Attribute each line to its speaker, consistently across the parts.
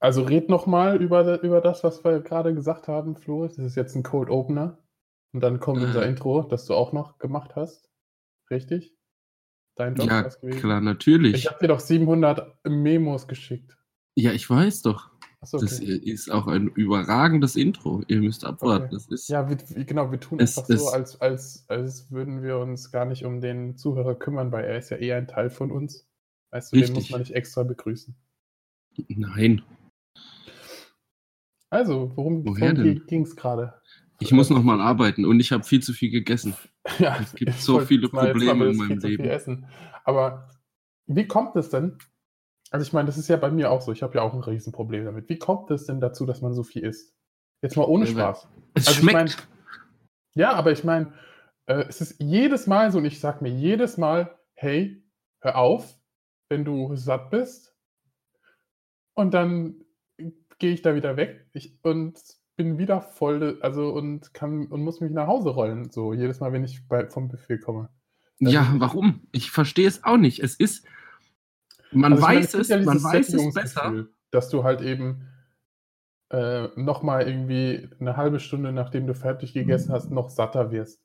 Speaker 1: Also red nochmal über, über das, was wir gerade gesagt haben, Flo. Das ist jetzt ein Cold Opener. Und dann kommt
Speaker 2: Mhm.
Speaker 1: unser Intro, das du auch noch gemacht hast. Richtig? Dein Job
Speaker 2: Ja,
Speaker 1: war's gewesen.
Speaker 2: klar,
Speaker 1: Ich
Speaker 2: natürlich.
Speaker 1: habe dir doch 700 Memos geschickt.
Speaker 2: Ja, ich weiß doch.
Speaker 1: Achso,
Speaker 2: Das
Speaker 1: okay.
Speaker 2: äh, ist auch ein überragendes Intro. Ihr müsst abwarten.
Speaker 1: Okay.
Speaker 2: Das ist
Speaker 1: Ja, wir, wir- genau, wir tun
Speaker 2: Es
Speaker 1: einfach
Speaker 2: ist-
Speaker 1: so, als, als, als würden wir uns gar nicht um den Zuhörer kümmern, weil er ist ja eher ein Teil von uns. Weißt du, den muss
Speaker 2: Richtig.
Speaker 1: man nicht extra begrüßen.
Speaker 2: nein.
Speaker 1: Also, worum,
Speaker 2: Woher
Speaker 1: worum ging es gerade?
Speaker 2: Ich muss noch mal arbeiten und ich habe viel zu viel gegessen.
Speaker 1: Ja,
Speaker 2: Es gibt
Speaker 1: ich
Speaker 2: so
Speaker 1: wollte
Speaker 2: viele
Speaker 1: jetzt mal- jetzt
Speaker 2: Probleme
Speaker 1: mal
Speaker 2: in
Speaker 1: das
Speaker 2: meinem
Speaker 1: viel zu viel
Speaker 2: Leben.
Speaker 1: Essen. Aber wie kommt es denn? Also ich meine, das ist ja bei mir auch so. Ich habe ja auch ein Riesenproblem damit. Wie kommt es denn dazu, dass man so viel isst? Jetzt mal ohne
Speaker 2: Ja,
Speaker 1: Spaß.
Speaker 2: Es
Speaker 1: Also ich
Speaker 2: schmeckt.
Speaker 1: mein- Ja, aber ich meine, äh, es ist jedes Mal so und ich sag mir jedes Mal, hey, hör auf, wenn du satt bist. Und dann gehe ich da wieder weg ich, und bin wieder voll, also und kann und muss mich nach Hause rollen, so jedes Mal, wenn ich bei, vom Buffet komme.
Speaker 2: ja, warum? Ich verstehe es auch nicht. Es ist. Man
Speaker 1: Also ich meine,
Speaker 2: weiß
Speaker 1: gibt
Speaker 2: es,
Speaker 1: ja
Speaker 2: man
Speaker 1: dieses
Speaker 2: weiß es besser.
Speaker 1: Sättigungsgefühl, Dass du halt eben äh, nochmal irgendwie eine halbe Stunde, nachdem du fertig
Speaker 2: Mhm.
Speaker 1: gegessen hast, noch satter wirst.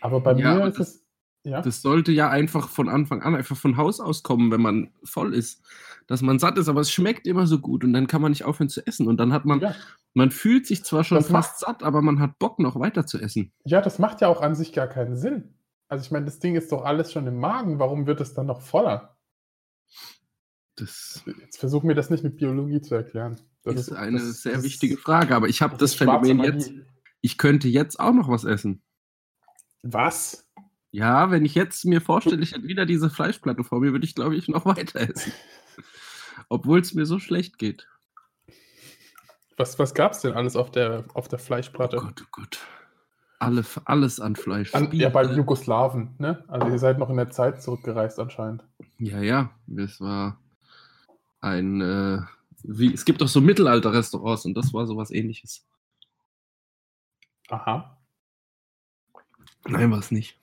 Speaker 1: Aber bei
Speaker 2: Ja,
Speaker 1: mir
Speaker 2: aber
Speaker 1: ist
Speaker 2: das-
Speaker 1: es. Ja?
Speaker 2: Das sollte ja einfach von Anfang an, einfach von Haus aus kommen, wenn man voll ist, dass man satt ist, aber es schmeckt immer so gut und dann kann man nicht aufhören zu essen. Und dann hat man,
Speaker 1: ja.
Speaker 2: man fühlt sich zwar schon
Speaker 1: Das
Speaker 2: fast satt, aber man hat Bock, noch weiter zu essen.
Speaker 1: ja, das macht ja auch an sich gar keinen Sinn. Also ich meine, das Ding ist doch alles schon im Magen. Warum wird es dann noch voller?
Speaker 2: Das
Speaker 1: Jetzt versuch mir das nicht mit Biologie zu erklären. Das
Speaker 2: ist eine
Speaker 1: das-
Speaker 2: sehr
Speaker 1: das-
Speaker 2: wichtige Frage, aber ich habe das,
Speaker 1: ist schwarze
Speaker 2: Phänomen
Speaker 1: Magie.
Speaker 2: jetzt, ich könnte jetzt auch noch was essen.
Speaker 1: Was?
Speaker 2: Ja, wenn ich jetzt mir vorstelle, ich hätte wieder diese Fleischplatte vor mir, würde ich, glaube ich, noch weiter essen. Obwohl es mir so schlecht geht.
Speaker 1: Was, was gab es denn alles auf der, auf der Fleischplatte?
Speaker 2: Oh Gott, oh Gott. Alle, alles an Fleisch.
Speaker 1: An, ja, bei
Speaker 2: Spieße.
Speaker 1: Jugoslawen, ne? Also ihr seid noch in der Zeit zurückgereist anscheinend.
Speaker 2: ja, ja. Es war ein. Äh, wie, es gibt doch so Mittelalter-Restaurants und das war sowas ähnliches.
Speaker 1: Aha.
Speaker 2: Nein, war es nicht.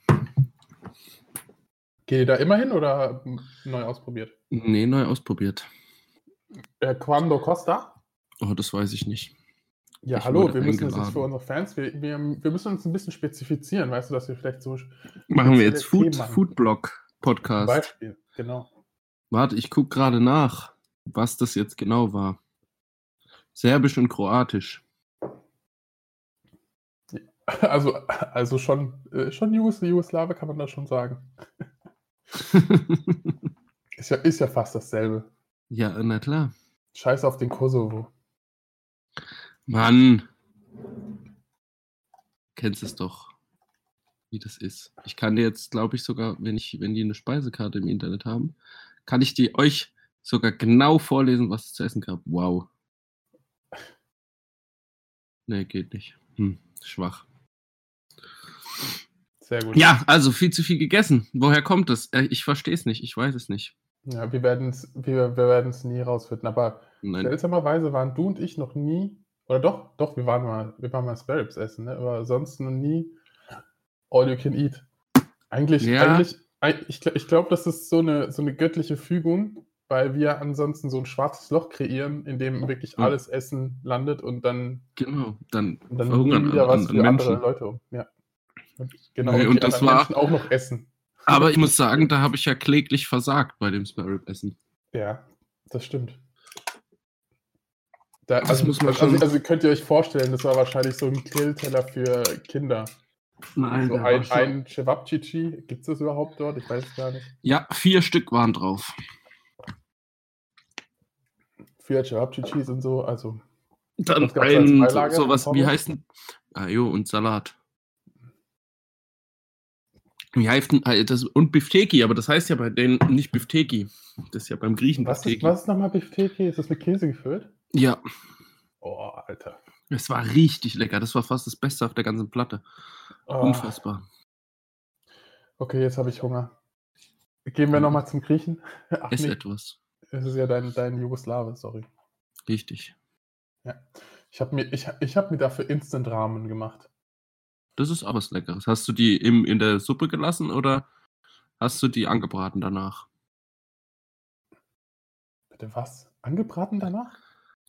Speaker 1: Geht ihr da immer hin oder m, neu ausprobiert?
Speaker 2: Nee, neu ausprobiert.
Speaker 1: Äh, Quando Costa?
Speaker 2: Oh, das weiß ich nicht.
Speaker 1: Ja,
Speaker 2: Ich
Speaker 1: hallo,
Speaker 2: wurde
Speaker 1: wir müssen das jetzt
Speaker 2: eingeladen.
Speaker 1: für unsere Fans, wir, wir, wir müssen uns ein bisschen spezifizieren, weißt du, dass wir vielleicht so
Speaker 2: Machen wir
Speaker 1: Spezielle
Speaker 2: jetzt Food,
Speaker 1: Themen. zum
Speaker 2: Foodblog-Podcast.
Speaker 1: Beispiel, genau.
Speaker 2: Warte, ich gucke gerade nach, was das jetzt genau war. Serbisch und Kroatisch.
Speaker 1: Also, also schon, äh, schon Jugos Jugoslawe kann man da schon sagen. Ist ja, ist ja fast dasselbe.
Speaker 2: ja, na klar.
Speaker 1: Scheiß auf den Kosovo.
Speaker 2: Mann. Kennst es doch, wie das ist. Ich kann dir jetzt, glaube ich, sogar, wenn ich, wenn die eine Speisekarte im Internet haben, kann ich die euch sogar genau vorlesen, was es zu essen gab. Wow. Nee, geht nicht. Hm, schwach.
Speaker 1: Sehr gut.
Speaker 2: Ja, also viel zu viel gegessen. Woher kommt das? Äh, Ich verstehe es nicht. Ich weiß es nicht.
Speaker 1: ja wir werden es wir, wir werden's nie rausfinden, aber
Speaker 2: Nein.
Speaker 1: Seltsamerweise waren du und ich noch nie, oder doch, doch, wir waren mal, wir waren mal Sparrows essen, ne? aber sonst noch nie All You Can Eat. Eigentlich,
Speaker 2: Ja.
Speaker 1: eigentlich, eig- ich, gl- ich glaube, das ist so eine, so eine göttliche Fügung, weil wir ansonsten so ein schwarzes Loch kreieren, in dem wirklich
Speaker 2: Ja.
Speaker 1: alles Essen landet und dann,
Speaker 2: Genau, dann,
Speaker 1: und dann
Speaker 2: verhungern
Speaker 1: nie wieder
Speaker 2: an,
Speaker 1: was
Speaker 2: an,
Speaker 1: für andere
Speaker 2: Menschen.
Speaker 1: Leute um. Ja. Und, genau,
Speaker 2: Nee, und
Speaker 1: die
Speaker 2: das
Speaker 1: anderen
Speaker 2: war-
Speaker 1: Menschen auch noch essen.
Speaker 2: Aber ich muss sagen, da habe ich ja kläglich versagt bei dem Spare Rib Essen.
Speaker 1: Ja, das stimmt. Da,
Speaker 2: Das
Speaker 1: also,
Speaker 2: muss man
Speaker 1: also,
Speaker 2: schon-
Speaker 1: also könnt ihr euch vorstellen, das war wahrscheinlich so ein Grillteller für Kinder.
Speaker 2: Nein,
Speaker 1: So ein, ein Cevapcici, gibt es das überhaupt dort? Ich weiß es gar nicht.
Speaker 2: ja, vier Stück waren drauf.
Speaker 1: Vier Cevapcicis und so, also
Speaker 2: Dann
Speaker 1: Was gab's als
Speaker 2: ein
Speaker 1: Beilage?
Speaker 2: sowas, wie
Speaker 1: Pommes?
Speaker 2: heißt denn? Ajo und Salat. Wie heißt denn, äh, das, und Bifteki, aber das heißt ja bei denen nicht Bifteki. Das ist ja beim Griechen
Speaker 1: was ist,
Speaker 2: Bifteki.
Speaker 1: was ist nochmal Bifteki? Ist das mit Käse gefüllt?
Speaker 2: Ja,
Speaker 1: Oh, Alter.
Speaker 2: es war richtig lecker. Das war fast das Beste auf der ganzen Platte.
Speaker 1: Oh,
Speaker 2: Unfassbar.
Speaker 1: okay, jetzt habe ich Hunger. Gehen
Speaker 2: Mhm.
Speaker 1: wir nochmal zum Griechen? Ach
Speaker 2: Ess
Speaker 1: nee,
Speaker 2: etwas.
Speaker 1: es ist ja dein, dein Jugoslawe, sorry.
Speaker 2: Richtig.
Speaker 1: Ich habe mir, ich, ich hab mir dafür Instant-Rahmen gemacht.
Speaker 2: Das ist auch was Leckeres. Hast du die im, in der Suppe gelassen oder hast du die angebraten danach?
Speaker 1: Bitte was? Angebraten danach?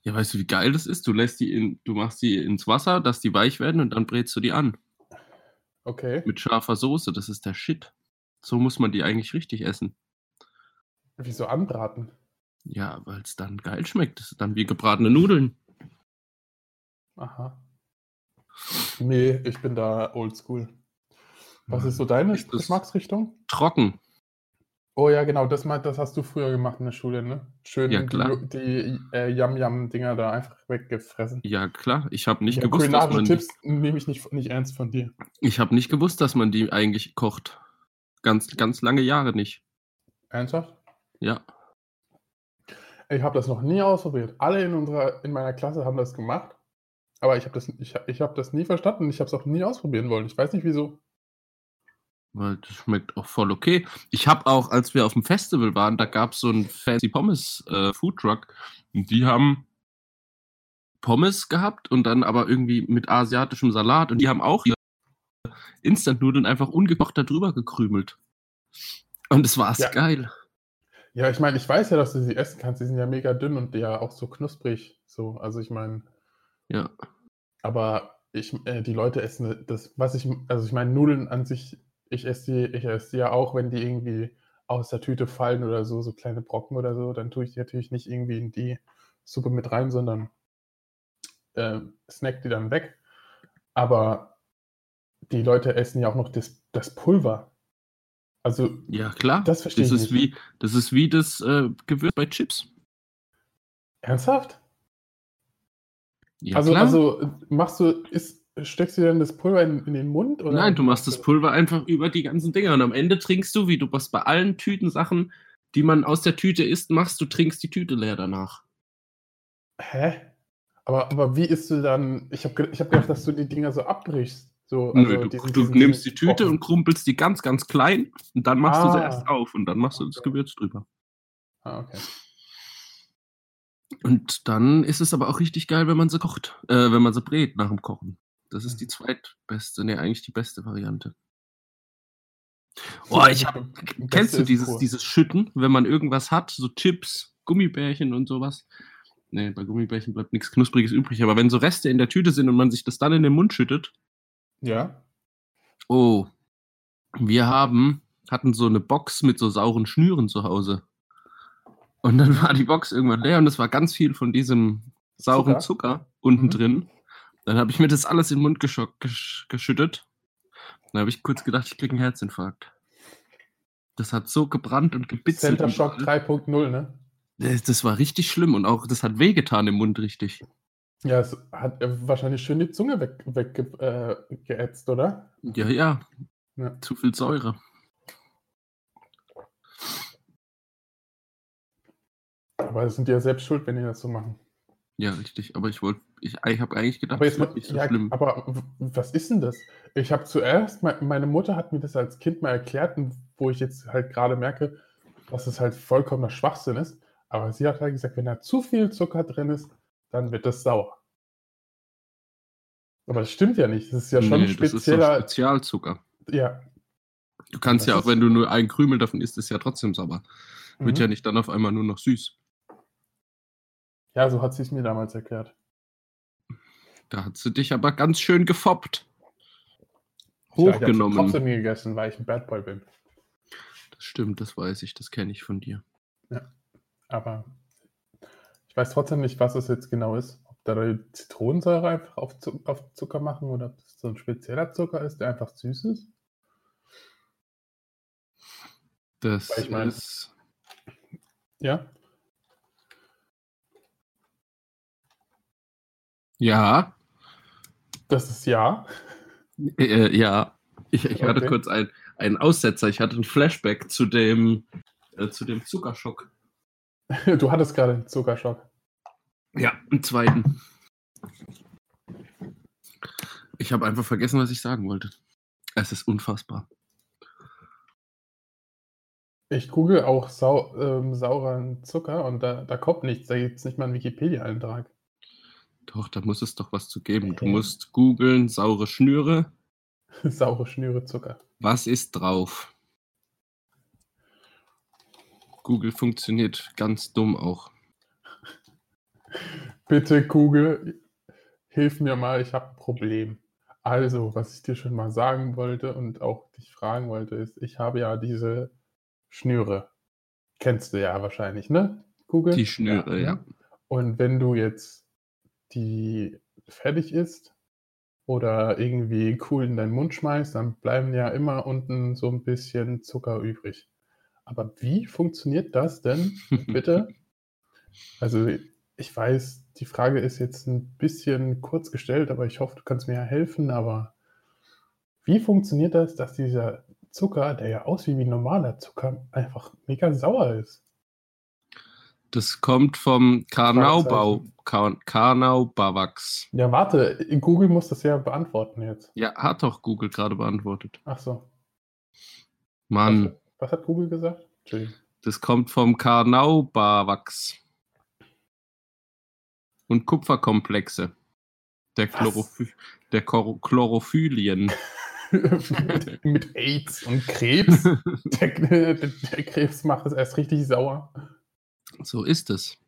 Speaker 2: Ja, weißt du, wie geil das ist? Du lässt die in, du machst die ins Wasser, dass die weich werden und dann brätst du die an.
Speaker 1: Okay.
Speaker 2: Mit scharfer Soße. Das ist der Shit. So muss man die eigentlich richtig essen.
Speaker 1: Wieso anbraten?
Speaker 2: Ja, weil es dann geil schmeckt. Das ist dann wie gebratene Nudeln.
Speaker 1: Aha. Nee, ich bin da oldschool. Was ist so deine
Speaker 2: Ist das-
Speaker 1: Geschmacksrichtung?
Speaker 2: Trocken.
Speaker 1: Oh ja, genau, das, mal, das hast du früher gemacht in der Schule, ne? Schön
Speaker 2: Ja, klar.
Speaker 1: die, die äh, Yam-Yam-Dinger da einfach weggefressen.
Speaker 2: Ja, klar. Ich habe nicht
Speaker 1: Ja,
Speaker 2: gewusst, dass
Speaker 1: kulinarische
Speaker 2: man
Speaker 1: Tipps nehme ich nicht, nicht ernst von dir.
Speaker 2: Ich habe nicht gewusst, dass man die eigentlich kocht. Ganz, ganz lange Jahre nicht.
Speaker 1: Ernsthaft?
Speaker 2: Ja.
Speaker 1: Ich habe das noch nie ausprobiert. Alle in, unserer, in meiner Klasse haben das gemacht, aber ich habe das, ich, hab- ich hab das nie verstanden. Ich habe es auch nie ausprobieren wollen. Ich weiß nicht wieso.
Speaker 2: Weil das schmeckt auch voll okay. Ich habe auch, als wir auf dem Festival waren, da gab es so einen Fancy Pommes äh, Food Truck. Und die haben Pommes gehabt und dann aber irgendwie mit asiatischem Salat. Und die haben auch ihre Instant-Nudeln einfach ungekocht darüber gekrümelt. Und es war's
Speaker 1: Ja.
Speaker 2: geil.
Speaker 1: Ja, ich meine, ich weiß ja, dass du sie essen kannst. Die sind ja mega dünn und ja auch so knusprig. So, also ich meine.
Speaker 2: Ja.
Speaker 1: Aber ich, äh, die Leute essen das, was ich, also ich meine, Nudeln an sich, ich esse die, ich esse die ja auch, wenn die irgendwie aus der Tüte fallen oder so, so kleine Brocken oder so, dann tue ich die natürlich nicht irgendwie in die Suppe mit rein, sondern äh, snack die dann weg. Aber die Leute essen ja auch noch das, das Pulver. Also,
Speaker 2: Ja, klar.
Speaker 1: Das versteh ich
Speaker 2: ist
Speaker 1: nicht.
Speaker 2: Wie, das ist wie das äh, Gewürz bei Chips.
Speaker 1: ernsthaft?
Speaker 2: Ja,
Speaker 1: also, also äh, machst du, ist, steckst du dir dann das Pulver in, in den Mund? Oder
Speaker 2: Nein, du machst das Pulver einfach über die ganzen Dinger und am Ende trinkst du, wie du was bei allen Tüten Sachen, die man aus der Tüte isst, machst, du trinkst die Tüte leer danach.
Speaker 1: Hä? Aber, aber wie isst du dann? Ich habe ich hab gedacht, dass du die Dinger so abbrichst. So,
Speaker 2: Nö, du,
Speaker 1: diesen-
Speaker 2: du
Speaker 1: Also diesen-
Speaker 2: nimmst die
Speaker 1: diesen
Speaker 2: Tüte
Speaker 1: Brocken.
Speaker 2: und krumpelst die ganz, ganz klein und dann machst du sie
Speaker 1: Ah.
Speaker 2: erst auf und dann machst du das Gewürz drüber.
Speaker 1: Ah, okay.
Speaker 2: Und dann ist es aber auch richtig geil, wenn man sie kocht, äh, wenn man sie brät nach dem Kochen. Das
Speaker 1: Mhm.
Speaker 2: ist die zweitbeste, nee, eigentlich die beste Variante. Oh, ich hab,
Speaker 1: Beste
Speaker 2: Kennst du
Speaker 1: ist
Speaker 2: dieses,
Speaker 1: pur.
Speaker 2: dieses Schütten, wenn man irgendwas hat, so Chips, Gummibärchen und sowas? Nee, bei Gummibärchen bleibt nichts Knuspriges übrig, aber wenn so Reste in der Tüte sind und man sich das dann in den Mund schüttet.
Speaker 1: Ja.
Speaker 2: Oh, wir haben, hatten so eine Box mit so sauren Schnüren zu Hause. Und dann war die Box irgendwann leer und es war ganz viel von diesem sauren Zucker, unten
Speaker 1: Mhm.
Speaker 2: drin. Dann habe ich mir das alles in den Mund geschock, gesch geschüttet. Dann habe ich kurz gedacht, ich kriege einen Herzinfarkt. Das hat so gebrannt und gebitzelt.
Speaker 1: Center Shock
Speaker 2: überall.
Speaker 1: 3.0, ne?
Speaker 2: Das, das war richtig schlimm und auch das hat wehgetan im Mund richtig.
Speaker 1: Ja, es hat äh, wahrscheinlich schön die Zunge weggeätzt, weg, äh, geätzt, oder?
Speaker 2: Ja, ja.
Speaker 1: Ja.
Speaker 2: Zu viel Säure.
Speaker 1: Aber es sind die ja selbst schuld, wenn die das so machen.
Speaker 2: Ja, richtig. Aber ich wollte, ich, ich habe eigentlich gedacht,
Speaker 1: Aber,
Speaker 2: das
Speaker 1: jetzt,
Speaker 2: wird nicht so
Speaker 1: ja,
Speaker 2: schlimm.
Speaker 1: aber w- was ist denn das? Ich habe zuerst, me- meine Mutter hat mir das als Kind mal erklärt, und wo ich jetzt halt gerade merke, dass es halt vollkommener Schwachsinn ist. Aber sie hat halt gesagt, wenn da zu viel Zucker drin ist, dann wird das sauer. Aber das stimmt ja nicht. Das ist ja schon
Speaker 2: Nee, das ist so
Speaker 1: spezieller.
Speaker 2: Spezialzucker.
Speaker 1: ja,
Speaker 2: Du kannst
Speaker 1: Das
Speaker 2: ja
Speaker 1: ist-
Speaker 2: auch, wenn du nur einen Krümel davon isst, ist ja trotzdem sauer. Wird
Speaker 1: mhm.
Speaker 2: ja nicht dann auf einmal nur noch süß.
Speaker 1: ja, so hat sie es mir damals erklärt.
Speaker 2: Da hat sie dich aber ganz schön gefoppt.
Speaker 1: Ich habe
Speaker 2: Hochgenommen.
Speaker 1: trotzdem gegessen, weil ich ein Bad Boy bin.
Speaker 2: das stimmt, das weiß ich, das kenne ich von dir.
Speaker 1: Aber ich weiß trotzdem nicht, was es jetzt genau ist. Ob da die Zitronensäure einfach auf, Zu auf Zucker machen oder ob es so ein spezieller Zucker ist, der einfach süß ist.
Speaker 2: Das
Speaker 1: Weil ich mein-
Speaker 2: ist.
Speaker 1: Ja.
Speaker 2: Ja,
Speaker 1: Das ist ja.
Speaker 2: äh, ja. Ich, ich hatte
Speaker 1: Okay.
Speaker 2: kurz ein, einen Aussetzer. Ich hatte einen Flashback zu dem, äh, zu dem Zuckerschock.
Speaker 1: Du hattest gerade einen Zuckerschock.
Speaker 2: Ja, einen zweiten. Ich habe einfach vergessen, was ich sagen wollte. Es ist unfassbar.
Speaker 1: Ich google auch sau ähm, sauren Zucker und da, da kommt nichts. Da gibt es nicht mal einen Wikipedia-Eintrag.
Speaker 2: Doch, da muss es doch was zu geben. Du
Speaker 1: Okay.
Speaker 2: musst googeln, saure Schnüre.
Speaker 1: Saure Schnüre Zucker.
Speaker 2: Was ist drauf? Google funktioniert ganz dumm auch.
Speaker 1: Bitte, Kugel, hilf mir mal, ich habe ein Problem. Also, was ich dir schon mal sagen wollte und auch dich fragen wollte, ist, ich habe ja diese Schnüre. Kennst du ja wahrscheinlich, ne? Kugel?
Speaker 2: Die Schnüre, ja.
Speaker 1: Und wenn du jetzt die fertig ist oder irgendwie cool in deinen Mund schmeißt, dann bleiben ja immer unten so ein bisschen Zucker übrig. Aber wie funktioniert das denn, bitte? also ich weiß, die Frage ist jetzt ein bisschen kurz gestellt, aber ich hoffe, du kannst mir ja helfen. Aber wie funktioniert das, dass dieser Zucker, der ja aussieht wie normaler Zucker, einfach mega sauer ist?
Speaker 2: Das kommt vom Karnaubau, Kar- Karnaubawachs.
Speaker 1: Ja, warte, Google muss das ja beantworten jetzt.
Speaker 2: Ja, hat doch Google gerade beantwortet.
Speaker 1: Ach so.
Speaker 2: Mann,
Speaker 1: Was hat Google gesagt? Entschuldigung.
Speaker 2: das kommt vom Karnaubawachs. Und Kupferkomplexe. Der,
Speaker 1: Was?
Speaker 2: Chlorophy der Chor Chlorophylien.
Speaker 1: mit, mit AIDS und Krebs. Der, der, der Krebs macht es erst richtig sauer.
Speaker 2: So ist es.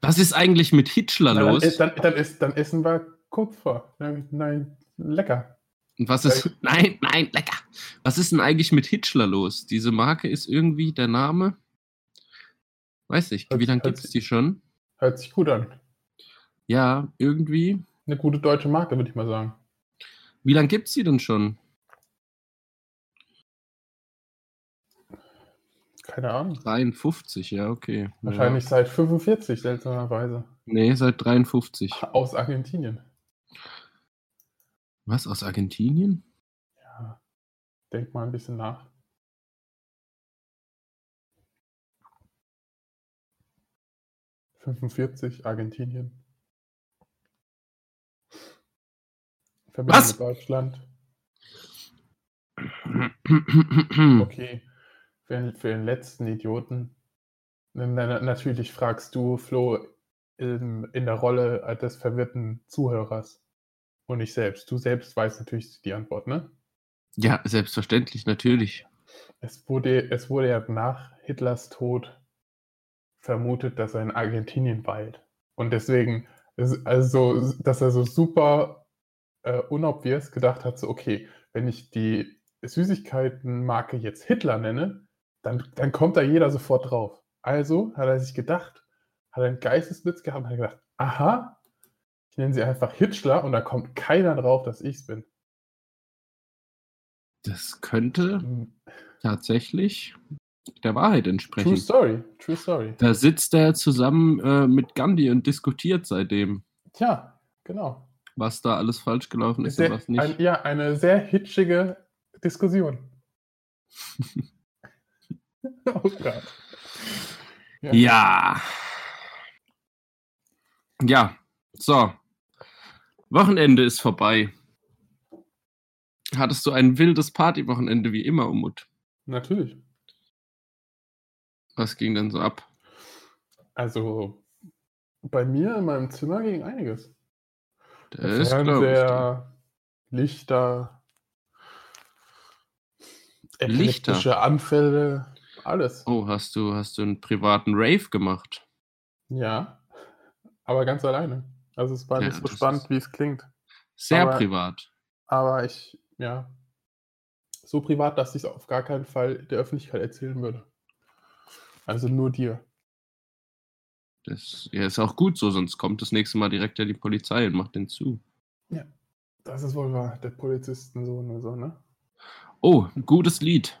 Speaker 2: Was ist eigentlich mit Hitler
Speaker 1: Na,
Speaker 2: los?
Speaker 1: Dann, ist- dann, dann, ist, dann essen wir Kupfer. Nein, nein lecker.
Speaker 2: Und was ist. Nein, nein, lecker. Was ist denn eigentlich mit Hitler los? Diese Marke ist irgendwie der Name. Weiß nicht,
Speaker 1: Hört-
Speaker 2: wie lange
Speaker 1: hört
Speaker 2: gibt es
Speaker 1: sich-
Speaker 2: die schon?
Speaker 1: Hört sich gut an.
Speaker 2: Ja, irgendwie.
Speaker 1: Eine gute deutsche Marke, würde ich mal sagen.
Speaker 2: Wie lange gibt es die denn schon?
Speaker 1: Keine Ahnung.
Speaker 2: 53, ja, okay.
Speaker 1: Wahrscheinlich seit 45, seltsamerweise.
Speaker 2: Ja. Nee, seit 53.
Speaker 1: Aus Argentinien.
Speaker 2: Was, aus Argentinien?
Speaker 1: Ja. Denk mal ein bisschen nach. »45, Argentinien. Verbindung
Speaker 2: Was?
Speaker 1: mit Deutschland.
Speaker 2: Hm.
Speaker 1: Okay, für den, für den letzten Idioten. Na, na, natürlich fragst du, Flo, in, in der Rolle äh, des verwirrten Zuhörers und ich selbst. Du selbst weißt natürlich die Antwort, ne?
Speaker 2: ja, selbstverständlich, natürlich.
Speaker 1: Es wurde, es wurde ja nach Hitlers Tod vermutet, dass er in Argentinien weilt. Und deswegen, es- also, so- dass er so super äh, unobvious gedacht hat, so, okay, wenn ich die Süßigkeitenmarke jetzt Hitler nenne, dann, dann kommt da jeder sofort drauf. Also hat er sich gedacht, hat er einen Geistesblitz gehabt und hat gedacht, aha, ich nenne sie einfach Hitler und da kommt keiner drauf, dass ich's bin.
Speaker 2: Das könnte tatsächlich der Wahrheit
Speaker 1: True
Speaker 2: entsprechen.
Speaker 1: story, true story.
Speaker 2: Da sitzt er zusammen äh, mit Gandhi und diskutiert seitdem,
Speaker 1: Tja, genau.
Speaker 2: was da alles falsch gelaufen ist und
Speaker 1: sehr,
Speaker 2: was nicht.
Speaker 1: Ein, ja, eine sehr hitschige Diskussion. oh Gott. Ja.
Speaker 2: Ja. Ja, so. Wochenende ist vorbei. Hattest du ein wildes Partywochenende wie immer, Umut?
Speaker 1: Natürlich.
Speaker 2: Was ging denn so ab?
Speaker 1: Also bei mir in meinem Zimmer ging einiges. Der
Speaker 2: glaub
Speaker 1: Fernseher, Lichter,
Speaker 2: Lichter?
Speaker 1: epileptische Anfälle, alles.
Speaker 2: Oh, hast du, hast du einen privaten Rave gemacht?
Speaker 1: Ja, aber ganz alleine. Also es war
Speaker 2: Ja,
Speaker 1: nicht so
Speaker 2: das
Speaker 1: spannend,
Speaker 2: ist-
Speaker 1: wie es klingt.
Speaker 2: Sehr
Speaker 1: Aber-
Speaker 2: privat.
Speaker 1: Aber ich, ja, so privat, dass ich es auf gar keinen Fall der Öffentlichkeit erzählen würde. Also nur dir.
Speaker 2: Das ja, ist auch gut so, sonst kommt das nächste Mal direkt ja die Polizei und macht den zu.
Speaker 1: Das ist wohl wahr, der Polizistensohn oder so, ne?
Speaker 2: Oh, ein gutes Lied.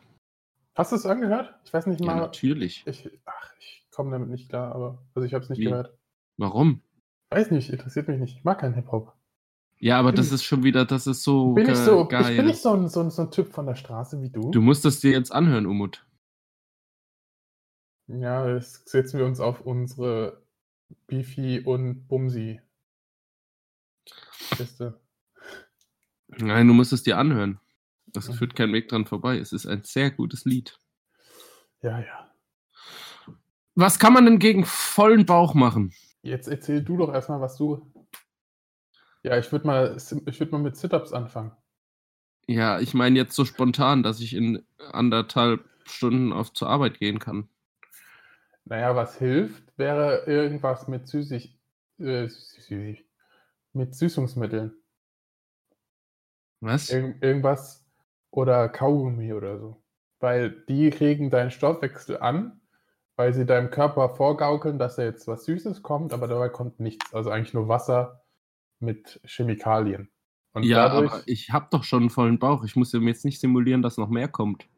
Speaker 1: Hast du es angehört? Ich weiß nicht
Speaker 2: Ja,
Speaker 1: mal.
Speaker 2: natürlich.
Speaker 1: ich ach, ich komme damit nicht klar, aber. Also ich habe es nicht
Speaker 2: Wie?
Speaker 1: gehört.
Speaker 2: Warum?
Speaker 1: Weiß nicht, interessiert mich nicht. Ich mag keinen Hip-Hop.
Speaker 2: Ja, aber
Speaker 1: Bin-
Speaker 2: das ist schon wieder, das ist so
Speaker 1: Bin
Speaker 2: ge-
Speaker 1: ich so, ich
Speaker 2: äh, geil.
Speaker 1: bin nicht so ein, so, ein, so ein Typ von der Straße wie du.
Speaker 2: Du musst das dir jetzt anhören, Umut.
Speaker 1: Ja, jetzt setzen wir uns auf unsere Beefy und Bumsi. Liste.
Speaker 2: Nein, du musst es dir anhören. Das
Speaker 1: Mhm.
Speaker 2: führt kein Weg dran vorbei. Es ist ein sehr gutes Lied.
Speaker 1: Ja, ja.
Speaker 2: Was kann man denn gegen vollen Bauch machen?
Speaker 1: Jetzt erzähl du doch erstmal, was du. Ja, ich würde mal, ich würd mal mit Sit-Ups anfangen.
Speaker 2: Ja, ich meine jetzt so spontan, dass ich in anderthalb Stunden auf zur Arbeit gehen kann.
Speaker 1: Naja, was hilft, wäre irgendwas mit Süßig äh, mit Süßungsmitteln.
Speaker 2: Was?
Speaker 1: Irg irgendwas oder Kaugummi oder so. Weil die regen deinen Stoffwechsel an, weil sie deinem Körper vorgaukeln, dass da jetzt was Süßes kommt, aber dabei kommt nichts. Also eigentlich nur Wasser mit Chemikalien. Und
Speaker 2: ja, aber ich habe doch schon einen vollen Bauch. Ich muss ihm jetzt nicht simulieren, dass noch mehr kommt.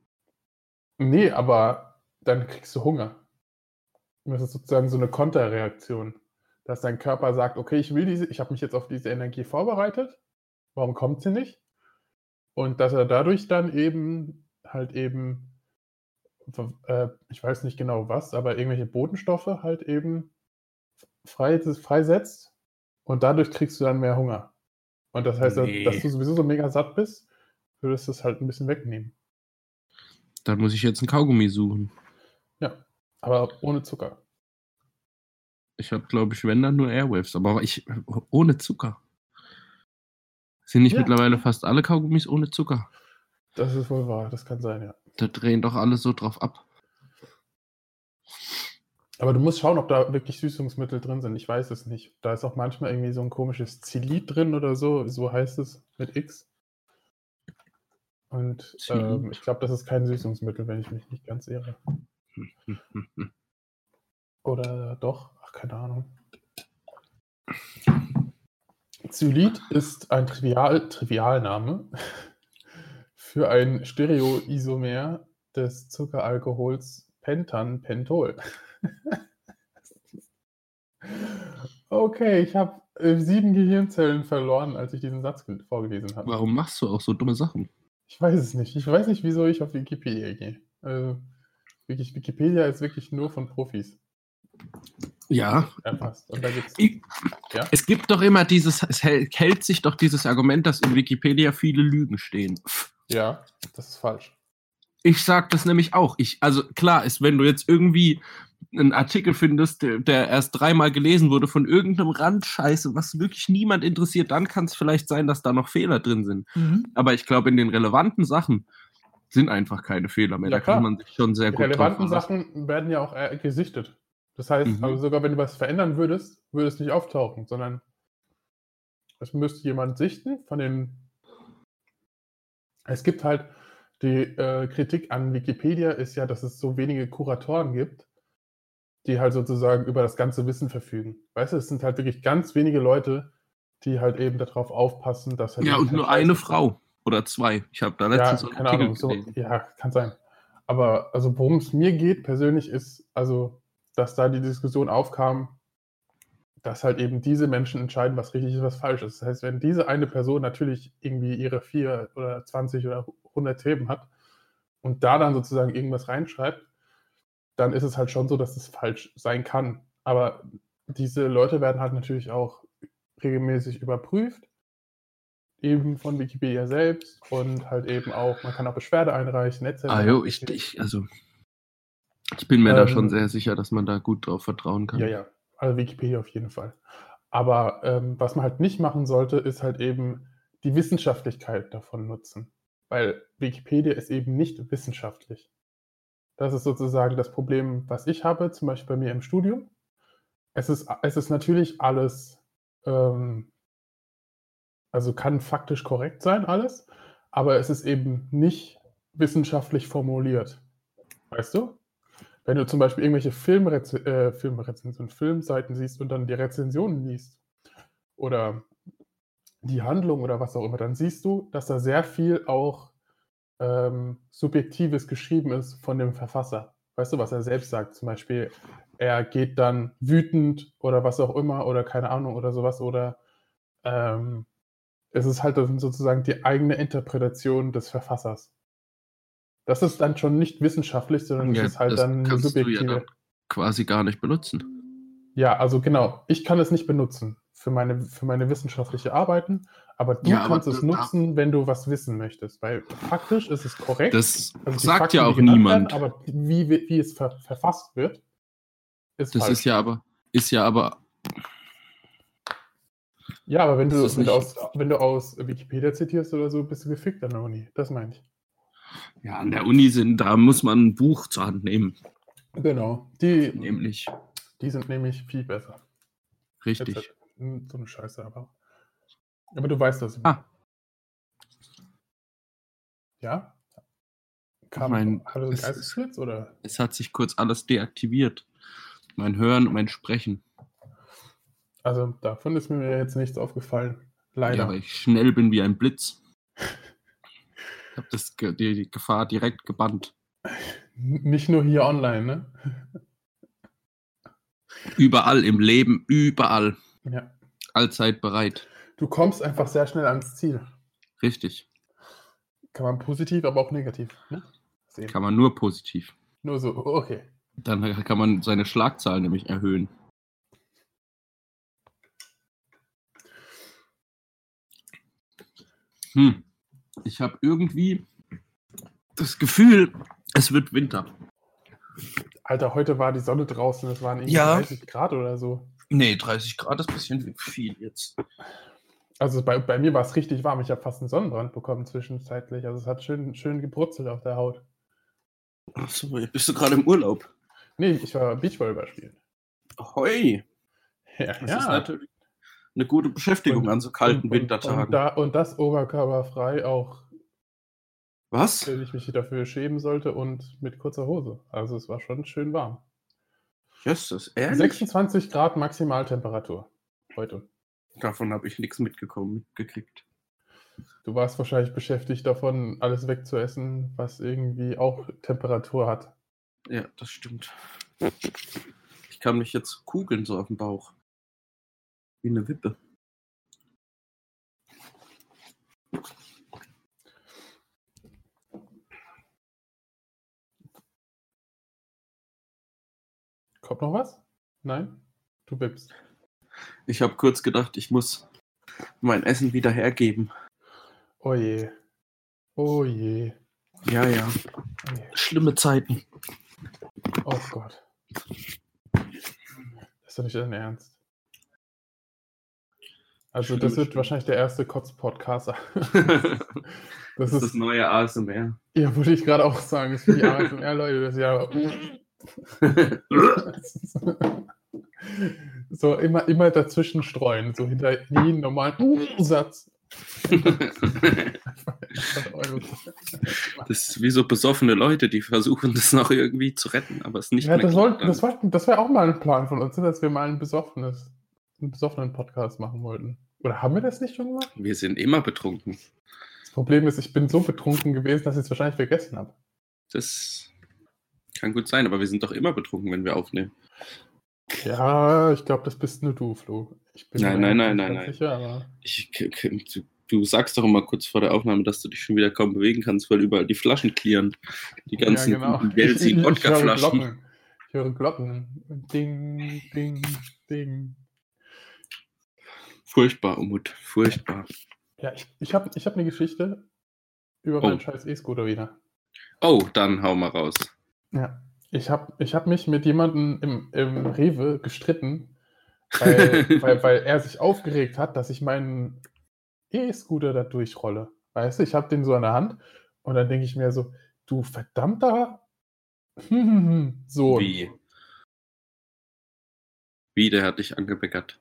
Speaker 1: Nee, aber dann kriegst du Hunger. Das ist sozusagen so eine Konterreaktion, dass dein Körper sagt, okay, ich will diese, ich habe mich jetzt auf diese Energie vorbereitet, warum kommt sie nicht? Und dass er dadurch dann eben halt eben, äh, ich weiß nicht genau was, aber irgendwelche Botenstoffe halt eben frei, freisetzt und dadurch kriegst du dann mehr Hunger. Und das heißt,
Speaker 2: Nee.
Speaker 1: dass, dass du sowieso so mega satt bist, würdest du es halt ein bisschen wegnehmen.
Speaker 2: Dann muss ich jetzt einen Kaugummi suchen.
Speaker 1: Aber ohne Zucker.
Speaker 2: Ich habe, glaube ich, wenn dann nur Airwaves, aber ich ohne Zucker. Sind nicht
Speaker 1: Ja.
Speaker 2: mittlerweile fast alle Kaugummis ohne Zucker?
Speaker 1: Das ist wohl wahr, das kann sein, ja.
Speaker 2: Da drehen doch alle so drauf ab.
Speaker 1: Aber du musst schauen, ob da wirklich Süßungsmittel drin sind. Ich weiß es nicht. Da ist auch manchmal irgendwie so ein komisches Zelit drin oder so. So heißt es mit X. Und
Speaker 2: Zelit.
Speaker 1: ähm, ich glaube, das ist kein Süßungsmittel, wenn ich mich nicht ganz irre. Oder doch? Ach, keine Ahnung. Zylit ist ein Trivial Trivialname für ein Stereoisomer des Zuckeralkohols Pentanpenthol. okay, ich habe äh, sieben Gehirnzellen verloren, als ich diesen Satz ge- vorgelesen habe.
Speaker 2: Warum machst du auch so dumme Sachen?
Speaker 1: Ich weiß es nicht. Ich weiß nicht, wieso ich auf Wikipedia gehe. Also, wirklich, Wikipedia ist wirklich nur von Profis
Speaker 2: Ja,
Speaker 1: erfasst. Und da gibt's
Speaker 2: Ich-
Speaker 1: Ja?
Speaker 2: es gibt doch immer dieses, es hält hält sich doch dieses Argument, dass in Wikipedia viele Lügen stehen.
Speaker 1: ja, das ist falsch.
Speaker 2: Ich sag das nämlich auch. Ich, also klar ist, wenn du jetzt irgendwie einen Artikel findest, der, der erst dreimal gelesen wurde von irgendeinem Randscheiße, was wirklich niemand interessiert, dann kann es vielleicht sein, dass da noch Fehler drin sind.
Speaker 1: Mhm.
Speaker 2: Aber ich glaube, in den relevanten Sachen sind einfach keine Fehler mehr.
Speaker 1: Ja,
Speaker 2: da kann
Speaker 1: klar.
Speaker 2: man sich schon sehr
Speaker 1: Die
Speaker 2: gut
Speaker 1: relevanten
Speaker 2: verlassen.
Speaker 1: Sachen werden ja auch äh, gesichtet. Das heißt,
Speaker 2: Mhm.
Speaker 1: also sogar wenn du was verändern würdest, würde es nicht auftauchen, sondern es müsste jemand sichten von den. Es gibt halt die äh, Kritik an Wikipedia ist ja, dass es so wenige Kuratoren gibt, die halt sozusagen über das ganze Wissen verfügen. Weißt du, es sind halt wirklich ganz wenige Leute, die halt eben darauf aufpassen, dass halt
Speaker 2: Ja,
Speaker 1: eben
Speaker 2: und
Speaker 1: kein
Speaker 2: nur
Speaker 1: Scheiß
Speaker 2: eine
Speaker 1: ist.
Speaker 2: Frau oder zwei. Ich habe da
Speaker 1: Ja,
Speaker 2: letztens einen
Speaker 1: keine
Speaker 2: Artikel
Speaker 1: Ahnung, so,
Speaker 2: gelesen.
Speaker 1: ja, kann sein. Aber also worum es mir geht persönlich ist, also, dass da die Diskussion aufkam, dass halt eben diese Menschen entscheiden, was richtig ist, was falsch ist. Das heißt, wenn diese eine Person natürlich irgendwie ihre vier oder 20 oder 100 Themen hat und da dann sozusagen irgendwas reinschreibt, dann ist es halt schon so, dass es falsch sein kann. Aber diese Leute werden halt natürlich auch regelmäßig überprüft, eben von Wikipedia selbst und halt eben auch, man kann auch Beschwerde einreichen, etc.
Speaker 2: Ah, jo, ich, ich, also, ich bin mir da
Speaker 1: Ähm,
Speaker 2: schon sehr sicher, dass man da gut drauf vertrauen kann.
Speaker 1: Ja, ja. Also Wikipedia auf jeden Fall. Aber ähm, was man halt nicht machen sollte, ist halt eben die Wissenschaftlichkeit davon nutzen. Weil Wikipedia ist eben nicht wissenschaftlich. Das ist sozusagen das Problem, was ich habe, zum Beispiel bei mir im Studium. Es ist, es ist natürlich alles, ähm, also kann faktisch korrekt sein, alles, aber es ist eben nicht wissenschaftlich formuliert. Weißt du? Wenn du zum Beispiel irgendwelche Filmreze äh, Filmrezensionen, Filmseiten siehst und dann die Rezensionen liest oder die Handlung oder was auch immer, dann siehst du, dass da sehr viel auch ähm, Subjektives geschrieben ist von dem Verfasser. Weißt du, was er selbst sagt? Zum Beispiel, er geht dann wütend oder was auch immer oder keine Ahnung oder sowas oder ähm, es ist halt dann sozusagen die eigene Interpretation des Verfassers. Das ist dann schon nicht wissenschaftlich, sondern
Speaker 2: Ja,
Speaker 1: es ist halt
Speaker 2: das
Speaker 1: dann eine
Speaker 2: kannst du ja
Speaker 1: subjektive.
Speaker 2: dann Quasi gar nicht benutzen.
Speaker 1: Ja, also genau. Ich kann es nicht benutzen für meine, für meine wissenschaftliche Arbeiten, aber du
Speaker 2: Ja, aber
Speaker 1: kannst es
Speaker 2: da-
Speaker 1: nutzen, wenn du was wissen möchtest. Weil faktisch ist es korrekt.
Speaker 2: Das
Speaker 1: Also die
Speaker 2: sagt
Speaker 1: Fakten,
Speaker 2: ja
Speaker 1: die
Speaker 2: auch
Speaker 1: genannt
Speaker 2: niemand.
Speaker 1: Werden, aber wie, wie wie es ver verfasst wird, ist
Speaker 2: das
Speaker 1: falsch.
Speaker 2: ist ja aber, ist ja aber,
Speaker 1: ja, aber wenn
Speaker 2: das
Speaker 1: du,
Speaker 2: ist
Speaker 1: wenn, du aus,
Speaker 2: nicht-
Speaker 1: wenn du aus Wikipedia zitierst oder so, bist du gefickt an der Uni. Das meine ich.
Speaker 2: ja, an der Uni sind, da muss man ein Buch zur Hand nehmen,
Speaker 1: Genau. Die,
Speaker 2: nämlich.
Speaker 1: die sind nämlich viel besser.
Speaker 2: Richtig.
Speaker 1: Jetzt halt, hm, so eine Scheiße, aber. Aber du weißt das.
Speaker 2: Ah.
Speaker 1: Ja? Kam,
Speaker 2: mein,
Speaker 1: hatte so ein
Speaker 2: es ist-
Speaker 1: Geistesblitz oder?
Speaker 2: Es hat sich kurz alles deaktiviert. Mein Hören und mein Sprechen.
Speaker 1: Also davon ist mir jetzt nichts aufgefallen.
Speaker 2: Ja,
Speaker 1: Leider.
Speaker 2: weil ich schnell bin wie ein Blitz. Ich habe das ge- die, die Gefahr direkt gebannt.
Speaker 1: N- Nicht nur hier online, ne?
Speaker 2: Überall im Leben, überall.
Speaker 1: Ja.
Speaker 2: Allzeit bereit.
Speaker 1: Du kommst einfach sehr schnell ans Ziel.
Speaker 2: Richtig.
Speaker 1: Kann man positiv, aber auch negativ ne? sehen.
Speaker 2: Kann man nur positiv.
Speaker 1: Nur so, okay.
Speaker 2: Dann kann man seine Schlagzahl nämlich erhöhen. Hm. Ich habe irgendwie das Gefühl, es wird Winter.
Speaker 1: Alter, heute war die Sonne draußen, es waren irgendwie
Speaker 2: Ja.
Speaker 1: 30 Grad oder so.
Speaker 2: Nee, 30 Grad ist ein bisschen viel jetzt.
Speaker 1: Also bei, bei mir war es richtig warm. Ich habe fast einen Sonnenbrand bekommen zwischenzeitlich. Also es hat schön, schön gebrutzelt auf der Haut.
Speaker 2: Achso, bist du gerade im Urlaub?
Speaker 1: Nee, ich war Beachvolleyball spielen.
Speaker 2: Hoi!
Speaker 1: Ja,
Speaker 2: Das ist natürlich eine gute Beschäftigung
Speaker 1: Und-
Speaker 2: an so kalten
Speaker 1: und,
Speaker 2: Wintertagen.
Speaker 1: Und, und, da, und das oberkörperfrei auch,
Speaker 2: Was?
Speaker 1: wenn ich mich dafür schämen sollte und mit kurzer Hose. Also es war schon schön warm.
Speaker 2: Justus, ehrlich?
Speaker 1: 26 Grad Maximaltemperatur heute.
Speaker 2: Davon habe ich nichts mitgekommen, mitgekriegt.
Speaker 1: Du warst wahrscheinlich beschäftigt davon, alles wegzuessen, was irgendwie auch Temperatur hat.
Speaker 2: Ja, das stimmt. Ich kann mich jetzt kugeln so auf dem Bauch. Wie eine Wippe.
Speaker 1: Kommt noch was? Nein? Du wippst.
Speaker 2: Ich habe kurz gedacht, ich muss mein Essen wieder hergeben.
Speaker 1: Oh je. Oh je.
Speaker 2: Ja, ja.
Speaker 1: Oh je.
Speaker 2: Schlimme Zeiten.
Speaker 1: Oh Gott. Das ist doch nicht dein Ernst. Also,
Speaker 2: Stimmt,
Speaker 1: das wird
Speaker 2: stimmt.
Speaker 1: wahrscheinlich der erste Kotz-Podcast.
Speaker 2: das
Speaker 1: Das
Speaker 2: ist das
Speaker 1: ist,
Speaker 2: neue ASMR.
Speaker 1: ja, würde ich gerade auch sagen, das ist für die ASMR, Leute, das ist ja. So, immer, immer dazwischen streuen, so hinter jeden normalen Satz.
Speaker 2: Das ist wie so besoffene Leute, die versuchen, das noch irgendwie zu retten, aber es nicht
Speaker 1: Ja,
Speaker 2: mehr
Speaker 1: das, soll,
Speaker 2: klappt
Speaker 1: das, war, das wäre auch mal ein Plan von uns, dass wir mal ein besoffenes, einen besoffenen Podcast machen wollten. Oder haben wir das nicht schon gemacht?
Speaker 2: dann. Wir sind immer betrunken.
Speaker 1: Das Problem ist, ich bin so betrunken gewesen, dass ich es wahrscheinlich vergessen habe.
Speaker 2: Das kann gut sein, aber wir sind doch immer betrunken, wenn wir aufnehmen.
Speaker 1: Ja, ich glaube, das bist nur du, Flo. Ich bin
Speaker 2: Nein,
Speaker 1: mir
Speaker 2: nein, nein,
Speaker 1: nicht
Speaker 2: nein,
Speaker 1: ganz
Speaker 2: nein.
Speaker 1: Sicher, aber
Speaker 2: Ich, k- k- du, du sagst doch immer kurz vor der Aufnahme, dass du dich schon wieder kaum bewegen kannst, weil überall die Flaschen klirren. Die ganzen
Speaker 1: Ich- ich-
Speaker 2: Gelsi
Speaker 1: ich höre genau.
Speaker 2: Wodkaflaschen.
Speaker 1: Glocken. Ich höre Glocken. Ding, ding, ding.
Speaker 2: Furchtbar, Umut, furchtbar.
Speaker 1: Ja, ich, ich habe ich hab eine Geschichte über
Speaker 2: Oh.
Speaker 1: meinen scheiß E-Scooter wieder.
Speaker 2: Oh, dann hau mal raus.
Speaker 1: Ja. Ich habe ich hab mich mit jemandem im, im Rewe gestritten, weil, weil, weil er sich aufgeregt hat, dass ich meinen E-Scooter da durchrolle. Weißt du, ich habe den so an der Hand und dann denke ich mir so, du verdammter Sohn.
Speaker 2: Wie? Wie, der hat dich angebeckert.